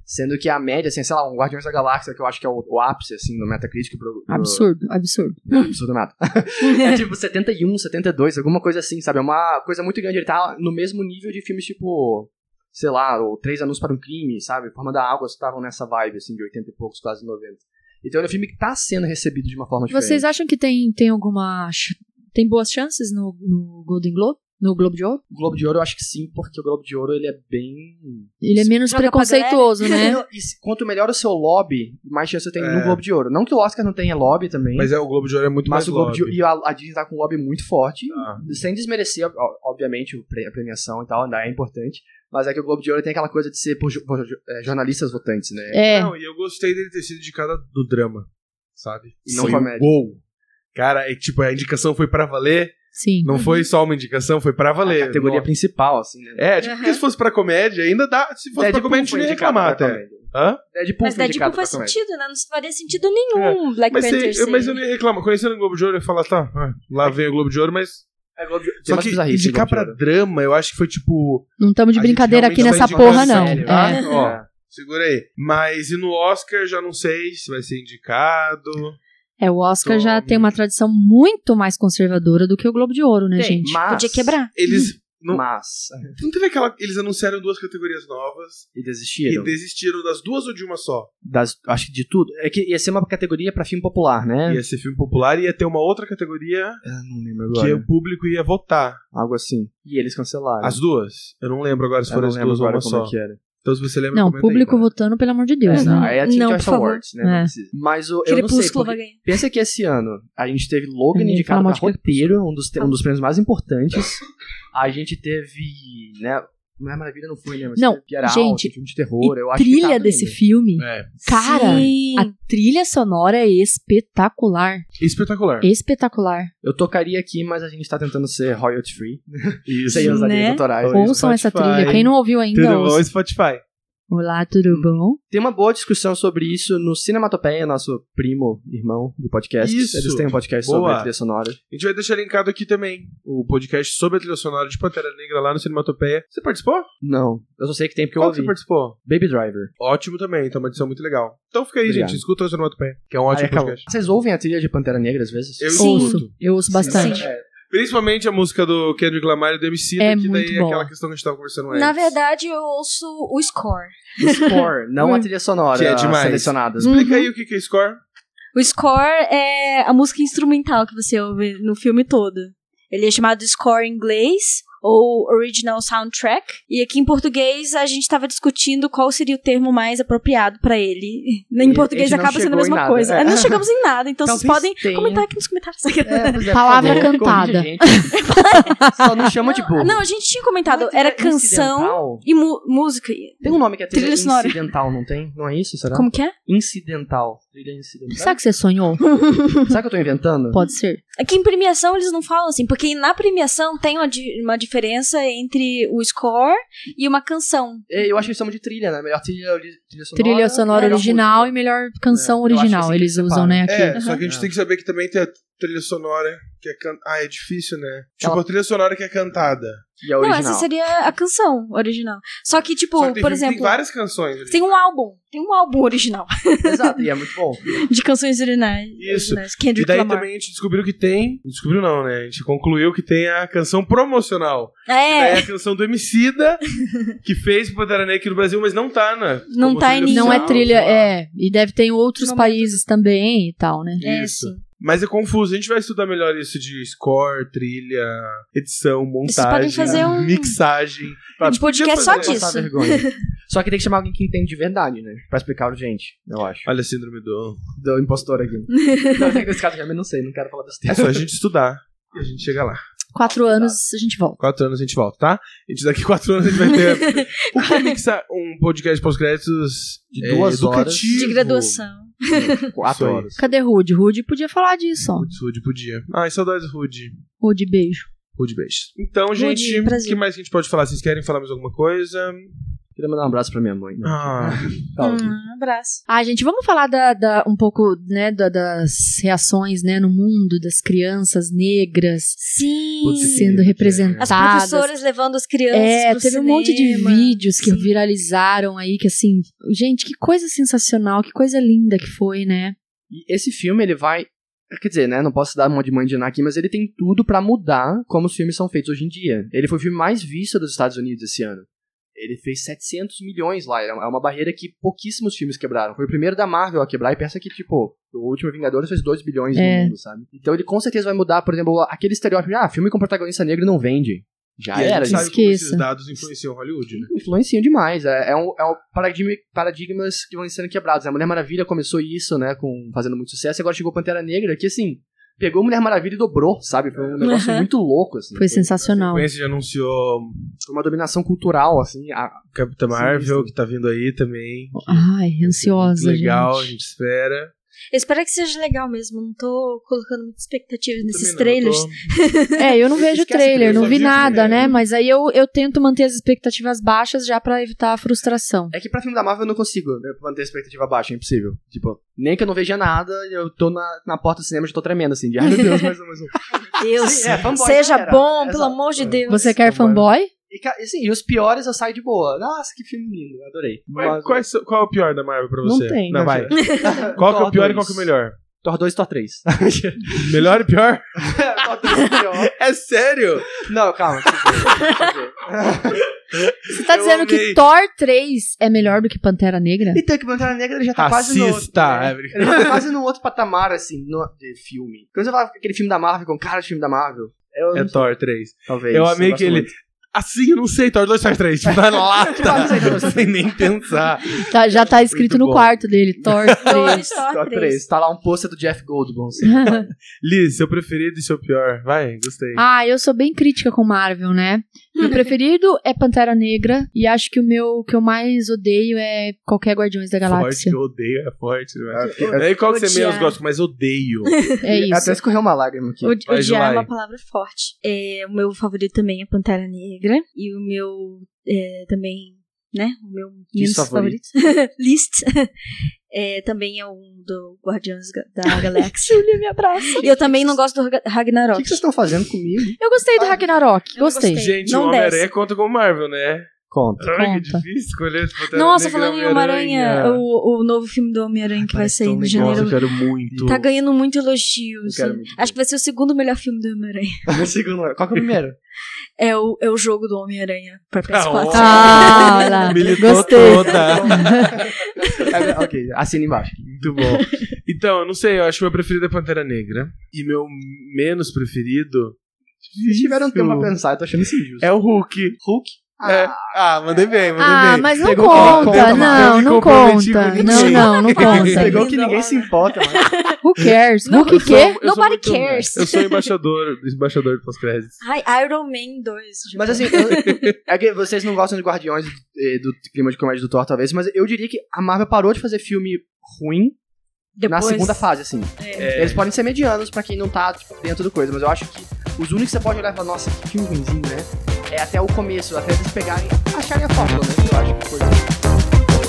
[SPEAKER 2] Sendo que a média, assim, sei lá, um Guardiões da Galáxia, que eu acho que é o, o ápice, assim, no Metacritic. Pro, pro-
[SPEAKER 3] absurdo, absurdo.
[SPEAKER 2] absurdo nada. é tipo 71, 72, alguma coisa assim, sabe? É uma coisa muito grande. Ele tá no mesmo nível de filmes tipo, sei lá, ou Três Anúncios para um Crime, sabe? Forma da Água, que estavam nessa vibe, assim, de 80 e poucos, quase 90. Então ele é um filme que tá sendo recebido de uma forma diferente.
[SPEAKER 3] Vocês acham que tem, tem alguma. ch- Tem boas chances no, no Golden Globe? No Globo de Ouro?
[SPEAKER 2] O Globo de Ouro eu acho que sim, porque o Globo de Ouro ele é bem...
[SPEAKER 3] Ele é menos
[SPEAKER 4] Joga pra
[SPEAKER 3] preconceituoso, né?
[SPEAKER 2] E se- quanto melhor o seu lobby, mais chance você tem no
[SPEAKER 1] É.
[SPEAKER 2] Globo de Ouro. Não que o Oscar não tenha lobby também,
[SPEAKER 1] Mas é, o Globo de Ouro é muito
[SPEAKER 2] mas
[SPEAKER 1] mais
[SPEAKER 2] o Globo
[SPEAKER 1] lobby.
[SPEAKER 2] de Ouro... E a, a Disney tá com um lobby muito forte,
[SPEAKER 1] Ah.
[SPEAKER 2] sem desmerecer, ó, obviamente, o pre- a premiação e tal, ainda é importante. Mas é que o Globo de Ouro tem aquela coisa de ser por, ju- por ju- é, jornalistas votantes, né?
[SPEAKER 3] É.
[SPEAKER 1] Não, e eu gostei dele ter sido indicado do drama, sabe?
[SPEAKER 2] E não
[SPEAKER 1] foi
[SPEAKER 2] comédia.
[SPEAKER 1] um gol. Cara, é que, tipo, a indicação foi pra valer.
[SPEAKER 3] Sim.
[SPEAKER 1] Não foi só uma indicação, foi pra
[SPEAKER 2] A
[SPEAKER 1] valer.
[SPEAKER 2] categoria
[SPEAKER 1] Nossa.
[SPEAKER 2] principal, assim, né?
[SPEAKER 1] É, tipo,
[SPEAKER 4] Aham.
[SPEAKER 1] porque se fosse pra comédia, ainda dá. Se fosse pra comédia, a gente não ia reclamar até. Hã?
[SPEAKER 2] Deadpool
[SPEAKER 4] Mas
[SPEAKER 2] foi
[SPEAKER 4] Deadpool
[SPEAKER 2] indicado
[SPEAKER 4] faz
[SPEAKER 2] pra comédia.
[SPEAKER 4] sentido, né? Não faria sentido nenhum
[SPEAKER 3] É
[SPEAKER 4] Black
[SPEAKER 1] Mas,
[SPEAKER 4] Panther
[SPEAKER 1] você- eu,
[SPEAKER 4] ser-
[SPEAKER 1] mas eu não ia reclamar. Conhecendo o Globo de Ouro, eu ia falar, tá, ah, lá vem o Globo de Ouro, mas.
[SPEAKER 2] É Globo de Ouro. Tem
[SPEAKER 1] Só
[SPEAKER 2] É umas
[SPEAKER 1] que
[SPEAKER 2] bizarrices do
[SPEAKER 1] indicar
[SPEAKER 2] Globo de
[SPEAKER 1] pra
[SPEAKER 2] Ouro.
[SPEAKER 1] drama, eu acho que foi tipo.
[SPEAKER 3] Não estamos de
[SPEAKER 1] A gente
[SPEAKER 3] brincadeira aqui
[SPEAKER 1] realmente
[SPEAKER 3] nessa
[SPEAKER 1] não tá
[SPEAKER 3] porra, não.
[SPEAKER 1] indicando sério,
[SPEAKER 3] É.
[SPEAKER 1] tá? Ó, segura aí. Mas e no Oscar, já não sei se vai ser indicado.
[SPEAKER 3] É, o Oscar já
[SPEAKER 1] Tô-
[SPEAKER 3] tem uma tradição muito mais conservadora do que o Globo de Ouro, né,
[SPEAKER 2] Tem,
[SPEAKER 3] gente?
[SPEAKER 2] mas-
[SPEAKER 4] Podia quebrar.
[SPEAKER 1] Eles. Não,
[SPEAKER 2] Mas.
[SPEAKER 1] não teve aquela. Eles anunciaram duas categorias novas
[SPEAKER 2] E desistiram.
[SPEAKER 1] e desistiram das duas ou de uma só?
[SPEAKER 2] das, acho que de tudo. É que ia ser uma categoria pra filme popular, né?
[SPEAKER 1] Ia ser filme popular e ia ter uma outra categoria
[SPEAKER 2] Eu não lembro
[SPEAKER 1] que o público ia votar.
[SPEAKER 2] Algo assim. E eles cancelaram.
[SPEAKER 1] As duas? Eu não lembro agora se
[SPEAKER 2] Eu
[SPEAKER 1] foram
[SPEAKER 2] não
[SPEAKER 1] as
[SPEAKER 2] lembro
[SPEAKER 1] duas ou
[SPEAKER 2] agora
[SPEAKER 1] uma
[SPEAKER 2] como
[SPEAKER 1] só.
[SPEAKER 2] é que era.
[SPEAKER 1] Então se você lembra,
[SPEAKER 3] Não,
[SPEAKER 1] comenta aí,
[SPEAKER 3] público
[SPEAKER 1] cara.
[SPEAKER 3] votando, pelo amor de Deus,
[SPEAKER 2] É,
[SPEAKER 3] né?
[SPEAKER 2] não, aí é a Teen
[SPEAKER 4] Não,
[SPEAKER 2] Choice
[SPEAKER 4] por favor.
[SPEAKER 2] Awards, né? Não
[SPEAKER 3] É.
[SPEAKER 2] precisa. Mas o, eu não sei,
[SPEAKER 4] Crepúsculo vai
[SPEAKER 2] porque,
[SPEAKER 4] ganhar.
[SPEAKER 2] pensa que esse ano a gente teve Logan
[SPEAKER 3] Ninguém
[SPEAKER 2] indicado
[SPEAKER 3] fala mal
[SPEAKER 2] pra
[SPEAKER 3] de Ah. Crepúsculo.
[SPEAKER 2] roteiro, um dos, te- um dos prêmios mais importantes. A gente teve, né, Mulher Maravilha não foi, né? Mas
[SPEAKER 3] Não,
[SPEAKER 2] teve Get Out,
[SPEAKER 3] gente,
[SPEAKER 2] filme de terror,
[SPEAKER 3] E
[SPEAKER 2] eu acho que
[SPEAKER 3] trilha
[SPEAKER 2] tá
[SPEAKER 3] desse
[SPEAKER 2] lindo.
[SPEAKER 3] filme.
[SPEAKER 1] É.
[SPEAKER 3] Cara,
[SPEAKER 4] Sim.
[SPEAKER 3] a trilha sonora é espetacular.
[SPEAKER 1] Espetacular.
[SPEAKER 3] Espetacular.
[SPEAKER 2] Eu tocaria aqui, mas a gente tá tentando ser royalty free,
[SPEAKER 1] Isso.
[SPEAKER 2] sem as
[SPEAKER 4] Né?
[SPEAKER 2] né? autorais.
[SPEAKER 1] Pois.
[SPEAKER 3] Ouçam essa
[SPEAKER 1] Spotify.
[SPEAKER 3] trilha. Quem não ouviu ainda,
[SPEAKER 1] Tudo
[SPEAKER 3] ouça.
[SPEAKER 1] bom, Spotify.
[SPEAKER 3] Olá, tudo bom?
[SPEAKER 2] Tem uma boa discussão sobre isso no Cinematopeia, nosso primo, irmão de podcast.
[SPEAKER 1] Isso.
[SPEAKER 2] Eles têm um podcast sobre
[SPEAKER 1] Boa.
[SPEAKER 2] a trilha sonora.
[SPEAKER 1] A gente vai deixar linkado aqui também o podcast sobre a trilha sonora de Pantera Negra lá no Cinematopeia. Você participou?
[SPEAKER 2] Não, eu só sei que tem porque
[SPEAKER 1] Qual
[SPEAKER 2] eu
[SPEAKER 1] que você
[SPEAKER 2] ouvi.
[SPEAKER 1] participou?
[SPEAKER 2] Baby Driver.
[SPEAKER 1] Ótimo também, então é uma edição muito legal. Então fica aí,
[SPEAKER 2] Obrigado.
[SPEAKER 1] gente. Escuta o Cinematopeia, que é um ótimo
[SPEAKER 2] Aí acabou.
[SPEAKER 1] podcast.
[SPEAKER 2] Vocês ouvem a trilha de Pantera Negra às vezes? É,
[SPEAKER 1] Eu
[SPEAKER 3] Sim.
[SPEAKER 1] escuto.
[SPEAKER 3] Eu ouço bastante.
[SPEAKER 4] Sim.
[SPEAKER 1] Principalmente a música do Kendrick Lamar e do MC,
[SPEAKER 3] É
[SPEAKER 1] que daí
[SPEAKER 3] muito
[SPEAKER 1] é
[SPEAKER 3] boa.
[SPEAKER 1] aquela questão que a gente tava conversando antes.
[SPEAKER 4] Na verdade, eu ouço o score.
[SPEAKER 2] O score, não a trilha sonora
[SPEAKER 1] Que é demais.
[SPEAKER 2] selecionada.
[SPEAKER 4] Então uhum.
[SPEAKER 1] Explica aí o que que é score.
[SPEAKER 4] O score é a música instrumental que você ouve no filme todo. Ele é chamado score em inglês ou original soundtrack. E aqui em português a gente tava discutindo qual seria o termo mais apropriado pra ele. Em
[SPEAKER 2] gente
[SPEAKER 4] português
[SPEAKER 2] não
[SPEAKER 4] acaba sendo
[SPEAKER 2] chegou
[SPEAKER 4] a
[SPEAKER 2] em
[SPEAKER 4] mesma
[SPEAKER 2] nada,
[SPEAKER 4] coisa.
[SPEAKER 2] é.
[SPEAKER 4] É, não chegamos em nada, então vocês
[SPEAKER 2] Talvez
[SPEAKER 4] podem
[SPEAKER 2] tenha.
[SPEAKER 4] comentar aqui nos comentários.
[SPEAKER 2] É, pois é, por
[SPEAKER 3] Palavra
[SPEAKER 2] favor,
[SPEAKER 3] cantada.
[SPEAKER 2] corrija a gente. Só não chama de burro.
[SPEAKER 4] Ah, Não, a gente tinha comentado,
[SPEAKER 2] Não é
[SPEAKER 4] era
[SPEAKER 2] trilha
[SPEAKER 4] canção
[SPEAKER 2] incidental?
[SPEAKER 4] e mu- música.
[SPEAKER 2] Tem um nome que é trilha,
[SPEAKER 4] Trilha sonora.
[SPEAKER 2] incidental, não tem? Não é isso, será?
[SPEAKER 4] Como que é?
[SPEAKER 2] Incidental. Trilha incidental.
[SPEAKER 3] Sabe o que você sonhou?
[SPEAKER 2] Será que eu tô inventando?
[SPEAKER 3] Pode ser.
[SPEAKER 4] É que em premiação eles não falam assim, porque na premiação tem uma, di- uma diferença entre o score e uma canção.
[SPEAKER 2] É, Eu acho que eles chamam de trilha, né? Melhor trilha, trilha sonora.
[SPEAKER 3] Trilha sonora
[SPEAKER 2] melhor
[SPEAKER 3] original e
[SPEAKER 2] música.
[SPEAKER 3] melhor canção
[SPEAKER 2] É, eu acho
[SPEAKER 3] original.
[SPEAKER 2] assim que
[SPEAKER 3] Eles
[SPEAKER 2] separa.
[SPEAKER 3] usam, né? Aqui.
[SPEAKER 1] É, só que a gente
[SPEAKER 2] É.
[SPEAKER 1] tem que saber que também tem a trilha sonora que é can... Ah, é difícil, né? Tipo,
[SPEAKER 2] Ela-
[SPEAKER 1] a trilha sonora que é cantada.
[SPEAKER 2] E a
[SPEAKER 4] Não,
[SPEAKER 2] original.
[SPEAKER 4] essa seria a canção original. Só que, tipo,
[SPEAKER 1] Só que tem filme
[SPEAKER 4] por
[SPEAKER 1] que
[SPEAKER 4] exemplo,
[SPEAKER 1] tem várias canções ali.
[SPEAKER 4] tem um álbum. Tem um álbum original
[SPEAKER 2] Exato, e é muito bom.
[SPEAKER 4] de canções originais.
[SPEAKER 1] Isso.
[SPEAKER 4] originais, é Kendrick
[SPEAKER 1] E daí
[SPEAKER 4] Lamar.
[SPEAKER 1] também a gente descobriu que tem. Descobriu não, né? A gente concluiu que tem a canção promocional. Que daí
[SPEAKER 4] É,
[SPEAKER 1] É a canção do Emicida, que fez pro Pantera Negra aqui no Brasil, mas não tá, né?
[SPEAKER 4] Não
[SPEAKER 1] como
[SPEAKER 4] tá
[SPEAKER 1] trilha
[SPEAKER 4] em
[SPEAKER 3] Não
[SPEAKER 1] oficial,
[SPEAKER 3] é trilha,
[SPEAKER 1] sei lá.
[SPEAKER 3] é. E deve ter em outros
[SPEAKER 4] Não, mas-
[SPEAKER 3] países também e tal, né?
[SPEAKER 4] é
[SPEAKER 1] Isso.
[SPEAKER 4] sim.
[SPEAKER 1] Mas é confuso. A gente vai estudar melhor isso de score, trilha, edição, montagem,
[SPEAKER 4] podem fazer um-
[SPEAKER 1] mixagem.
[SPEAKER 4] A gente podia podcast só
[SPEAKER 1] fazer-
[SPEAKER 4] disso.
[SPEAKER 2] Passar vergonha. Só que tem que chamar alguém que entende de verdade, né? Pra explicar urgente, eu acho.
[SPEAKER 1] Olha a síndrome do.
[SPEAKER 2] Do impostor aqui. não, é que nesse caso eu também não sei, não quero falar desse
[SPEAKER 1] É
[SPEAKER 2] texto.
[SPEAKER 1] só a gente estudar e a gente chega lá.
[SPEAKER 3] Quatro anos a gente volta.
[SPEAKER 1] Quatro anos a gente volta, tá? A gente daqui quatro anos a gente vai ter. o que é mixar um podcast pós-créditos
[SPEAKER 2] De
[SPEAKER 1] é,
[SPEAKER 2] duas horas.
[SPEAKER 1] educativo?
[SPEAKER 4] De graduação.
[SPEAKER 1] Isso
[SPEAKER 2] Quatro
[SPEAKER 1] aí.
[SPEAKER 2] horas.
[SPEAKER 3] Cadê Rude? Rude podia falar disso, ó.
[SPEAKER 1] Putz, Rude podia. Ai, saudades, Rude.
[SPEAKER 3] Rude, beijo.
[SPEAKER 1] Rude, beijo. Então, gente, o
[SPEAKER 4] prazer.
[SPEAKER 1] que mais que a gente pode falar? Vocês querem falar mais alguma coisa?
[SPEAKER 2] Queria mandar um abraço pra minha mãe. Né?
[SPEAKER 1] Ah,
[SPEAKER 2] Tá, ok.
[SPEAKER 4] Um abraço.
[SPEAKER 3] Ah, gente, vamos falar da, da- um pouco, né, da- das reações, né, no mundo das crianças negras
[SPEAKER 4] Sim.
[SPEAKER 1] Putz,
[SPEAKER 3] sendo
[SPEAKER 1] Sim,
[SPEAKER 4] As
[SPEAKER 3] representadas.
[SPEAKER 4] professoras levando as crianças
[SPEAKER 3] É,
[SPEAKER 4] pro
[SPEAKER 3] teve um monte de
[SPEAKER 4] cinema.
[SPEAKER 3] vídeos que
[SPEAKER 4] Sim.
[SPEAKER 3] viralizaram aí, que assim, gente, que coisa sensacional, que coisa linda que foi, né?
[SPEAKER 2] E esse filme, ele vai. Quer dizer, né? Não posso dar uma de mãe de Ná aqui, mas ele tem tudo pra mudar como os filmes são feitos hoje em dia. Ele foi o filme mais visto dos Estados Unidos esse ano. Ele fez 700 milhões lá. É uma barreira que pouquíssimos filmes quebraram. Foi o primeiro da Marvel a quebrar. E pensa que, tipo, o último Vingadores fez 2 bilhões
[SPEAKER 3] É.
[SPEAKER 2] no mundo, sabe? Então ele com certeza vai mudar, por exemplo, aquele estereótipo. Ah, filme com protagonista negro não vende. Já
[SPEAKER 1] e é a
[SPEAKER 2] era,
[SPEAKER 1] gente
[SPEAKER 2] já
[SPEAKER 1] sabe como esses
[SPEAKER 3] Esqueça.
[SPEAKER 1] dados influenciam Hollywood, né?
[SPEAKER 2] influenciam demais. É, é um, é um paradigma, paradigmas que vão sendo quebrados. né? A Mulher Maravilha começou isso, né? Com, fazendo muito sucesso, e agora chegou Pantera Negra, que assim. pegou a Mulher Maravilha e dobrou, sabe? Foi um negócio
[SPEAKER 4] Aham.
[SPEAKER 2] muito louco, assim.
[SPEAKER 3] Foi sensacional.
[SPEAKER 1] Sequência já anunciou
[SPEAKER 2] Foi uma dominação cultural, assim. a-
[SPEAKER 1] Capitã
[SPEAKER 2] Sim,
[SPEAKER 1] Marvel,
[SPEAKER 2] sim.
[SPEAKER 1] que tá vindo aí também.
[SPEAKER 3] Ai,
[SPEAKER 1] Muito
[SPEAKER 3] ansiosa,
[SPEAKER 1] legal, a
[SPEAKER 3] gente.
[SPEAKER 1] gente espera.
[SPEAKER 4] Eu espero que seja legal mesmo. Não tô colocando muita expectativa nesses
[SPEAKER 1] Também não, eu
[SPEAKER 4] trailers.
[SPEAKER 1] tô-
[SPEAKER 3] É, eu não
[SPEAKER 2] Esquece
[SPEAKER 3] vejo
[SPEAKER 2] o
[SPEAKER 3] trailer,
[SPEAKER 2] trailer,
[SPEAKER 3] não
[SPEAKER 1] só
[SPEAKER 3] vi
[SPEAKER 1] vi o
[SPEAKER 3] nada,
[SPEAKER 1] trailer.
[SPEAKER 3] né? Mas aí eu, eu tento manter as expectativas baixas já pra evitar a frustração.
[SPEAKER 2] É que pra filme da Marvel eu não consigo né, manter a expectativa baixa, é impossível. Tipo, nem que eu não veja nada, eu tô na, na porta do cinema e já tô tremendo, assim. De, ai meu Deus, mais um, mais um.
[SPEAKER 4] Deus,
[SPEAKER 2] Sim, é, fanboy,
[SPEAKER 4] seja
[SPEAKER 2] galera.
[SPEAKER 4] bom, pelo
[SPEAKER 2] Exato.
[SPEAKER 4] amor de Deus.
[SPEAKER 3] Você quer
[SPEAKER 2] Então,
[SPEAKER 3] fanboy?
[SPEAKER 2] E, ca- e, assim, e os piores eu saio de boa. Nossa, que filme lindo, eu adorei.
[SPEAKER 1] Qual,
[SPEAKER 2] Mas-
[SPEAKER 1] quais são- qual é o pior da Marvel pra
[SPEAKER 2] Não
[SPEAKER 1] você?
[SPEAKER 2] tem,
[SPEAKER 1] Não,
[SPEAKER 2] né,
[SPEAKER 1] vai.
[SPEAKER 2] gente?
[SPEAKER 1] Qual que é o
[SPEAKER 2] Thor
[SPEAKER 1] pior e
[SPEAKER 2] 2.
[SPEAKER 1] qual que é o melhor?
[SPEAKER 2] Thor 2 Thor 3.
[SPEAKER 1] Melhor e pior?
[SPEAKER 2] Thor 3 é pior.
[SPEAKER 1] É sério?
[SPEAKER 2] Não, calma. deixa eu ver, deixa eu ver.
[SPEAKER 3] Você tá
[SPEAKER 1] Eu
[SPEAKER 3] dizendo que
[SPEAKER 1] amei.
[SPEAKER 3] Thor 3 é melhor do que Pantera Negra?
[SPEAKER 2] Então, que Pantera Negra ele já tá quase no outro.
[SPEAKER 1] Racista,
[SPEAKER 2] né?
[SPEAKER 1] é
[SPEAKER 2] Ele já tá quase no outro patamar, assim, no, de filme. Quando você fala aquele filme da Marvel, com cara de filme da Marvel, eu,
[SPEAKER 1] É Thor 3.
[SPEAKER 2] talvez.
[SPEAKER 1] eu amei
[SPEAKER 2] gosto
[SPEAKER 1] que ele-
[SPEAKER 2] muito.
[SPEAKER 1] Assim, eu não sei, Thor 2 faz 3. Tá na lata. sem nem pensar.
[SPEAKER 3] Tá- já tá escrito
[SPEAKER 1] Muito
[SPEAKER 3] no
[SPEAKER 1] bom.
[SPEAKER 3] quarto dele, Thor 3.
[SPEAKER 4] Dois, só
[SPEAKER 2] Thor
[SPEAKER 4] três.
[SPEAKER 2] 3. Tá lá um pôster do Jeff Goldblum. assim.
[SPEAKER 1] Liz, seu preferido e seu pior. Vai, gostei.
[SPEAKER 3] ah, eu sou bem crítica com Marvel, né? Meu preferido é Pantera Negra e acho que o meu que eu mais odeio é qualquer Guardiões da
[SPEAKER 1] forte,
[SPEAKER 3] Galáxia.
[SPEAKER 1] eu odeio, é forte. né?
[SPEAKER 2] Eu-
[SPEAKER 1] Aí qual que você
[SPEAKER 4] Odiar.
[SPEAKER 1] menos gosta, mas odeio.
[SPEAKER 3] É isso.
[SPEAKER 2] Até escorreu uma lágrima aqui.
[SPEAKER 4] O-
[SPEAKER 1] Vai,
[SPEAKER 4] Odiar é
[SPEAKER 1] Julai.
[SPEAKER 4] uma palavra forte. É, o meu favorito também é Pantera Negra. E o meu é, também, né? O meu menos
[SPEAKER 2] favorito?
[SPEAKER 4] favorito. List. É, também é um do Guardiões Ga- da Galáxia.
[SPEAKER 3] me abraça.
[SPEAKER 4] e eu também não
[SPEAKER 2] gosto.
[SPEAKER 4] gosto do Raga-
[SPEAKER 2] O que
[SPEAKER 4] Ragnarok.
[SPEAKER 2] que vocês estão fazendo comigo?
[SPEAKER 3] Eu gostei
[SPEAKER 1] Ah.
[SPEAKER 3] do Ragnarok,
[SPEAKER 4] Eu não
[SPEAKER 3] gostei.
[SPEAKER 4] gostei.
[SPEAKER 1] Gente,
[SPEAKER 4] Não
[SPEAKER 1] o Homem-Aranha
[SPEAKER 4] desce.
[SPEAKER 1] conta com o Marvel, né?
[SPEAKER 2] Conta.
[SPEAKER 1] Ai, que
[SPEAKER 3] Conta.
[SPEAKER 1] difícil escolher esse
[SPEAKER 2] tá
[SPEAKER 1] Pantera
[SPEAKER 4] Nossa,
[SPEAKER 1] Negra
[SPEAKER 4] falando
[SPEAKER 1] e
[SPEAKER 4] em Homem-Aranha,
[SPEAKER 1] Homem-Aranha.
[SPEAKER 4] o, o novo filme do Homem-Aranha que vai
[SPEAKER 2] Parece
[SPEAKER 4] sair
[SPEAKER 2] tão
[SPEAKER 4] em
[SPEAKER 2] legal.
[SPEAKER 1] Nossa,
[SPEAKER 4] janeiro
[SPEAKER 1] eu quero muito.
[SPEAKER 4] tá ganhando muito elogio.
[SPEAKER 2] Eu quero
[SPEAKER 4] assim.
[SPEAKER 2] muito.
[SPEAKER 4] Acho que vai ser o segundo melhor filme do Homem-Aranha.
[SPEAKER 2] Segundo, qual que é o primeiro?
[SPEAKER 4] É o, é o jogo do Homem-Aranha pra
[SPEAKER 1] Ah,
[SPEAKER 4] PS4.
[SPEAKER 1] ó.
[SPEAKER 3] Ah, olha lá.
[SPEAKER 1] Militou
[SPEAKER 3] Gostei.
[SPEAKER 1] toda.
[SPEAKER 2] É, ok, assina embaixo.
[SPEAKER 1] Muito bom. Então, eu não sei, eu acho que meu preferido é Pantera Negra. E meu menos preferido
[SPEAKER 2] Vocês tiveram um tempo pra pensar, eu tô achando isso injusto.
[SPEAKER 1] é o Hulk.
[SPEAKER 2] Hulk?
[SPEAKER 1] É. Ah, mandei bem, mandei
[SPEAKER 3] Ah,
[SPEAKER 1] bem.
[SPEAKER 3] mas não
[SPEAKER 1] Pegou
[SPEAKER 3] conta,
[SPEAKER 1] conta,
[SPEAKER 3] não,
[SPEAKER 1] eu me
[SPEAKER 3] não
[SPEAKER 1] comprometi
[SPEAKER 3] conta.
[SPEAKER 1] com
[SPEAKER 3] Não,
[SPEAKER 1] ninguém.
[SPEAKER 3] não, não conta.
[SPEAKER 2] Pegou que ninguém se importa, mas...
[SPEAKER 3] Who cares?
[SPEAKER 4] Não,
[SPEAKER 3] Hulk
[SPEAKER 1] Eu sou-
[SPEAKER 3] quê?
[SPEAKER 1] eu sou
[SPEAKER 4] Nobody
[SPEAKER 1] muito-
[SPEAKER 4] cares.
[SPEAKER 1] Eu sou embaixador, embaixador de pós-créditos.
[SPEAKER 4] Ai, Iron Man 2. gente.
[SPEAKER 2] Mas assim, eu- é que vocês não gostam de Guardiões eh, do clima de comédia do Thor, talvez, mas eu diria que a Marvel parou de fazer filme ruim
[SPEAKER 4] Depois-
[SPEAKER 2] na segunda fase, assim.
[SPEAKER 1] É.
[SPEAKER 2] Eles podem ser medianos pra quem não tá tipo, dentro do coisa, mas eu acho que os únicos que você pode olhar e falar, nossa, que filme ruimzinho, né? É até o começo, até eles pegarem, acharem a fórmula, né? Eu acho que foi.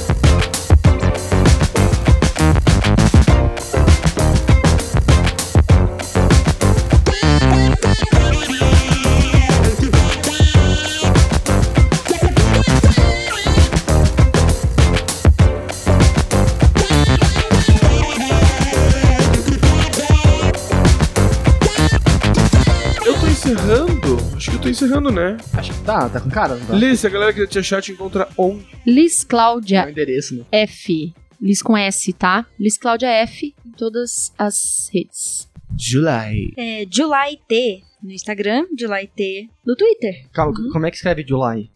[SPEAKER 1] Eu tô encerrando. Acho que eu tô encerrando, né?
[SPEAKER 2] Acho que tá, tá com cara, não tá?
[SPEAKER 1] Liz, se a galera queria te achar, te encontra onde?
[SPEAKER 3] Liz
[SPEAKER 2] É o
[SPEAKER 3] Cláudia
[SPEAKER 2] endereço, né?
[SPEAKER 3] F. Liz com S, tá? Liz Cláudia F em todas as redes.
[SPEAKER 1] July.
[SPEAKER 4] É, July T no Instagram, July T no Twitter,
[SPEAKER 2] Calma, como é que escreve July?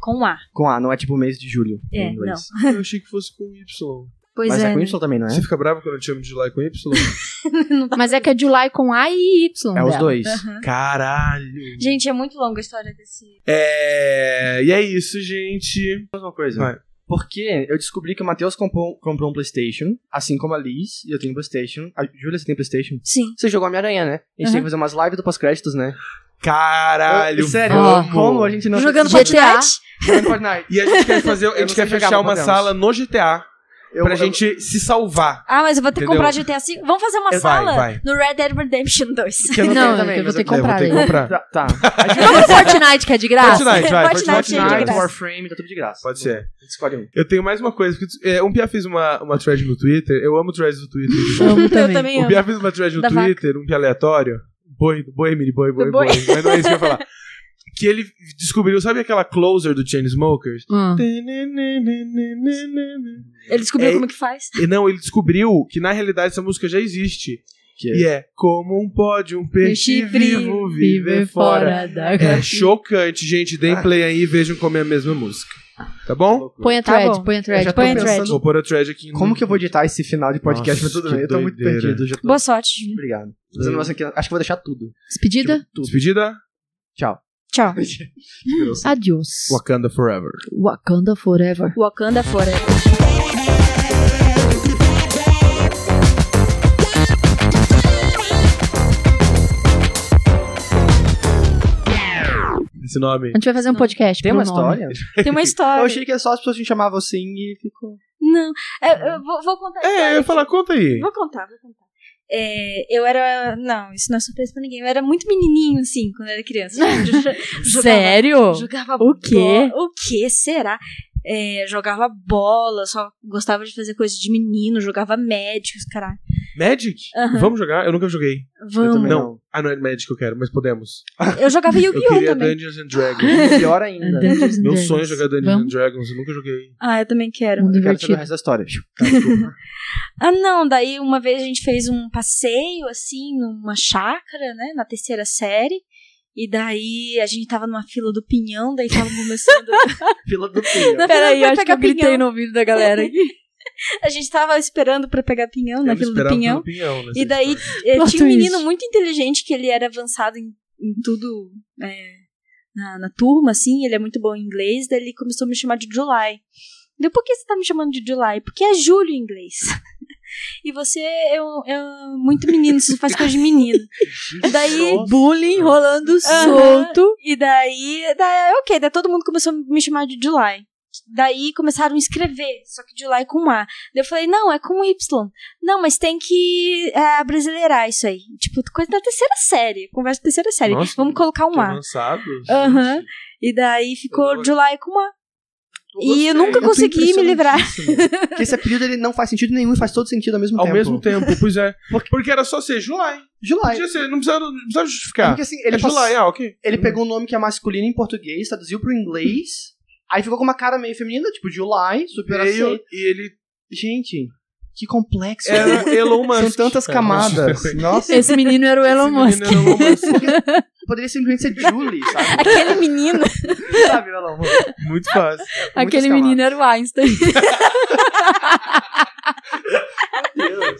[SPEAKER 4] com A.
[SPEAKER 2] Com A, não é tipo o mês de julho
[SPEAKER 4] É,
[SPEAKER 2] em inglês.
[SPEAKER 1] Eu achei que fosse com Y.
[SPEAKER 4] Pois
[SPEAKER 2] Mas é,
[SPEAKER 4] é,
[SPEAKER 2] com
[SPEAKER 4] né?
[SPEAKER 2] Y também, não é?
[SPEAKER 1] Você fica bravo quando eu te chamo de July com Y?
[SPEAKER 3] Mas é que é July com A e Y.
[SPEAKER 2] É os
[SPEAKER 3] dela.
[SPEAKER 2] dois.
[SPEAKER 1] Caralho.
[SPEAKER 4] Gente, é muito longa a história desse.
[SPEAKER 1] É. E é isso, gente.
[SPEAKER 2] Mais uma coisa.
[SPEAKER 1] Vai.
[SPEAKER 2] Porque eu descobri que o Matheus comprou, comprou um Playstation, assim como a Liz, e eu tenho Playstation. A Júlia, você tem Playstation?
[SPEAKER 4] Sim.
[SPEAKER 2] Você jogou Homem-Aranha, né? A gente
[SPEAKER 4] Aham.
[SPEAKER 2] tem que fazer umas lives do pós-créditos, né?
[SPEAKER 1] Caralho.
[SPEAKER 2] Eu- sério,
[SPEAKER 1] vamos.
[SPEAKER 2] como a gente não...
[SPEAKER 4] Jogando
[SPEAKER 3] GTA.
[SPEAKER 4] Fortnite.
[SPEAKER 2] Jogando Fortnite.
[SPEAKER 1] E a gente quer fazer,
[SPEAKER 2] Eu
[SPEAKER 1] a gente
[SPEAKER 2] não
[SPEAKER 1] quer
[SPEAKER 2] sei jogar,
[SPEAKER 1] fechar
[SPEAKER 2] mas
[SPEAKER 1] uma
[SPEAKER 2] podemos.
[SPEAKER 1] sala no GTA
[SPEAKER 2] Eu,
[SPEAKER 1] pra
[SPEAKER 2] eu-
[SPEAKER 1] gente se salvar.
[SPEAKER 4] Ah, mas eu vou ter que
[SPEAKER 1] Entendeu?
[SPEAKER 4] comprar GTA V. Vamos fazer uma
[SPEAKER 1] Vai,
[SPEAKER 4] sala
[SPEAKER 1] vai.
[SPEAKER 4] no Red Dead Redemption 2.
[SPEAKER 2] que eu não,
[SPEAKER 3] Não,
[SPEAKER 2] tenho
[SPEAKER 3] eu
[SPEAKER 2] também,
[SPEAKER 3] vou
[SPEAKER 2] mas
[SPEAKER 3] ter que comprar
[SPEAKER 1] É, vou ter que
[SPEAKER 3] daí.
[SPEAKER 1] comprar.
[SPEAKER 2] Tá, tá.
[SPEAKER 3] Vamos pro Fortnite, que é de graça?
[SPEAKER 1] Fortnite, vai. Fortnite,
[SPEAKER 4] Fortnite, é de
[SPEAKER 1] vai.
[SPEAKER 2] Fortnite,
[SPEAKER 4] graça.
[SPEAKER 2] Warframe, tá tudo de graça.
[SPEAKER 1] Pode ser.
[SPEAKER 2] A gente escolhe um.
[SPEAKER 1] Eu tenho mais uma coisa. porque, é, um Pia fez uma, uma thread no Twitter. Eu amo threads do Twitter.
[SPEAKER 3] Amo
[SPEAKER 4] Eu
[SPEAKER 3] também.
[SPEAKER 4] também
[SPEAKER 1] O
[SPEAKER 4] amo.
[SPEAKER 1] Bia fez uma thread no
[SPEAKER 4] Da
[SPEAKER 1] Twitter, um Bia aleatório. Boi, boi, mini, boi, boi,
[SPEAKER 4] Do
[SPEAKER 1] boi.
[SPEAKER 4] boi.
[SPEAKER 1] Mas não é isso que eu ia falar. Que ele descobriu, sabe aquela closer do Chainsmokers?
[SPEAKER 3] Hum.
[SPEAKER 4] Ele descobriu
[SPEAKER 1] É-
[SPEAKER 4] como que faz.
[SPEAKER 1] E não, ele descobriu que na realidade essa música já existe.
[SPEAKER 2] Que
[SPEAKER 1] E é como um pode um peixe vivo viver fora.
[SPEAKER 3] da
[SPEAKER 1] Ah. É chocante, gente. Deem play aí e vejam como é a mesma música. Tá bom?
[SPEAKER 2] Loucura.
[SPEAKER 3] Põe a thread,
[SPEAKER 5] bom.
[SPEAKER 3] põe a
[SPEAKER 2] um Eu já
[SPEAKER 3] thread,
[SPEAKER 2] tô
[SPEAKER 3] põe a
[SPEAKER 2] pensando-
[SPEAKER 3] thread.
[SPEAKER 1] Vou pôr a thread aqui. no-
[SPEAKER 2] Como que eu vou editar esse final de podcast?
[SPEAKER 1] Nossa,
[SPEAKER 2] mas tudo bem,
[SPEAKER 1] que
[SPEAKER 2] eu tô muito
[SPEAKER 1] doideira.
[SPEAKER 2] perdido. Já tô...
[SPEAKER 4] Boa sorte.
[SPEAKER 2] Obrigado. Tô fazendo um negócio aqui, acho que vou deixar tudo.
[SPEAKER 3] Despedida?
[SPEAKER 2] Tipo, tudo.
[SPEAKER 1] Despedida?
[SPEAKER 2] Tchau.
[SPEAKER 4] Tchau.
[SPEAKER 2] Deus.
[SPEAKER 3] Adiós.
[SPEAKER 1] Wakanda Forever.
[SPEAKER 3] Wakanda forever.
[SPEAKER 4] Wakanda fora.
[SPEAKER 1] Esse nome.
[SPEAKER 3] A gente vai fazer um
[SPEAKER 4] Não.
[SPEAKER 3] podcast.
[SPEAKER 2] Tem
[SPEAKER 3] pro
[SPEAKER 2] uma
[SPEAKER 3] nome.
[SPEAKER 2] história?
[SPEAKER 4] Tem uma
[SPEAKER 2] Eu
[SPEAKER 4] história.
[SPEAKER 2] achei que era só as pessoas me chamavam assim e ficou.
[SPEAKER 4] Não, é, eu vou, vou contar a
[SPEAKER 1] É,
[SPEAKER 4] história
[SPEAKER 1] eu ia falar, conta aí.
[SPEAKER 4] Vou contar, vou contar. É, eu era. Não, isso não é surpresa pra ninguém. Eu era muito menininho, assim, quando eu era criança. Jogava-
[SPEAKER 3] Sério?
[SPEAKER 4] Jogava
[SPEAKER 3] O quê?
[SPEAKER 4] bo- O que será? É, jogava bola, só gostava de fazer coisa de menino, jogava médicos, caralho.
[SPEAKER 1] Magic?
[SPEAKER 4] Aham.
[SPEAKER 1] Vamos jogar? Eu nunca joguei.
[SPEAKER 2] Eu
[SPEAKER 4] Vamos.
[SPEAKER 2] também
[SPEAKER 1] Não.
[SPEAKER 2] não.
[SPEAKER 1] Ah, não é Magic que eu quero, mas podemos.
[SPEAKER 4] Eu jogava
[SPEAKER 1] Eu
[SPEAKER 4] Yu-Gi-Oh!
[SPEAKER 1] queria
[SPEAKER 4] também.
[SPEAKER 1] Dungeons and Dragons.
[SPEAKER 2] Pior
[SPEAKER 4] Uhum.
[SPEAKER 2] ainda. né?
[SPEAKER 3] Dungeons and
[SPEAKER 1] Meu
[SPEAKER 3] Dragons.
[SPEAKER 1] sonho é jogar Dungeons and
[SPEAKER 3] Vamos?
[SPEAKER 1] Dragons, eu nunca joguei.
[SPEAKER 4] Ah, eu também quero.
[SPEAKER 3] Mundo
[SPEAKER 2] Eu quero saber o
[SPEAKER 3] invertido.
[SPEAKER 2] resto da história.
[SPEAKER 1] Tá, desculpa.
[SPEAKER 4] Ah, não, daí uma vez a gente fez um passeio, assim, numa chácara, né, na terceira série. E daí a gente tava numa fila do pinhão, daí tava começando.
[SPEAKER 2] Fila do filho.
[SPEAKER 4] Peraí, acho que eu gritei
[SPEAKER 3] no ouvido da galera aqui.
[SPEAKER 4] a gente tava esperando pra pegar pinhão na
[SPEAKER 1] Eu
[SPEAKER 4] fila do
[SPEAKER 1] esperava
[SPEAKER 4] pinhão.
[SPEAKER 1] pelo pinhão né, nessa
[SPEAKER 4] E daí
[SPEAKER 1] história.
[SPEAKER 4] eh,
[SPEAKER 3] Plot
[SPEAKER 4] tinha um
[SPEAKER 3] twist.
[SPEAKER 4] menino muito inteligente que ele era avançado em, em tudo eh, na, na turma, assim, ele é muito bom em inglês, daí ele começou a me chamar de July. Deu, por que você tá me chamando de July? Porque é julho em inglês. E você é, um- é um muito menino, você faz coisa de menino. Daí-
[SPEAKER 2] é
[SPEAKER 3] Bullying rolando
[SPEAKER 4] Aham.
[SPEAKER 3] solto.
[SPEAKER 4] E daí, daí, ok, daí todo mundo começou a me chamar de July. Daí começaram a escrever, só que July com A. Daí eu falei, não, é com Y. Não, mas tem que é, brasileirar isso aí. Tipo, coisa da terceira série, conversa da terceira série.
[SPEAKER 1] Nossa,
[SPEAKER 4] Vamos colocar um
[SPEAKER 1] tô
[SPEAKER 4] A.
[SPEAKER 1] lançado, gente.
[SPEAKER 4] Aham. E daí ficou
[SPEAKER 1] Agora-
[SPEAKER 4] July com A. E eu
[SPEAKER 1] gostei.
[SPEAKER 4] nunca
[SPEAKER 1] tô
[SPEAKER 4] consegui me livrar.
[SPEAKER 1] impressionadíssimo.
[SPEAKER 2] Porque esse apelido ele não faz sentido nenhum e faz todo sentido ao mesmo
[SPEAKER 1] Ao
[SPEAKER 2] tempo.
[SPEAKER 1] mesmo tempo, pois é. Porque era só ser July.
[SPEAKER 2] July.
[SPEAKER 1] Podia ser, não precisava, não precisava
[SPEAKER 2] É
[SPEAKER 1] justificar.
[SPEAKER 2] Porque assim, ele,
[SPEAKER 1] é July,
[SPEAKER 2] passou-
[SPEAKER 1] ah, ok.
[SPEAKER 2] ele pegou um nome que é masculino em português, traduziu pro inglês, aí ficou com uma cara meio feminina, tipo July, super aceito.
[SPEAKER 1] Veio e ele
[SPEAKER 2] Gente, que complexo. né?
[SPEAKER 1] era o Elon
[SPEAKER 2] São
[SPEAKER 1] Musk.
[SPEAKER 2] tantas
[SPEAKER 1] É,
[SPEAKER 2] camadas. Nossa,
[SPEAKER 3] Esse menino era o Elon Musk.
[SPEAKER 1] Esse menino era o Elon Musk.
[SPEAKER 2] poderia simplesmente ser Julie, sabe?
[SPEAKER 4] Aquele menino.
[SPEAKER 2] sabe, Elon Musk?
[SPEAKER 1] Muito fácil.
[SPEAKER 2] Muitas
[SPEAKER 3] Aquele
[SPEAKER 2] camadas.
[SPEAKER 3] menino era o Einstein.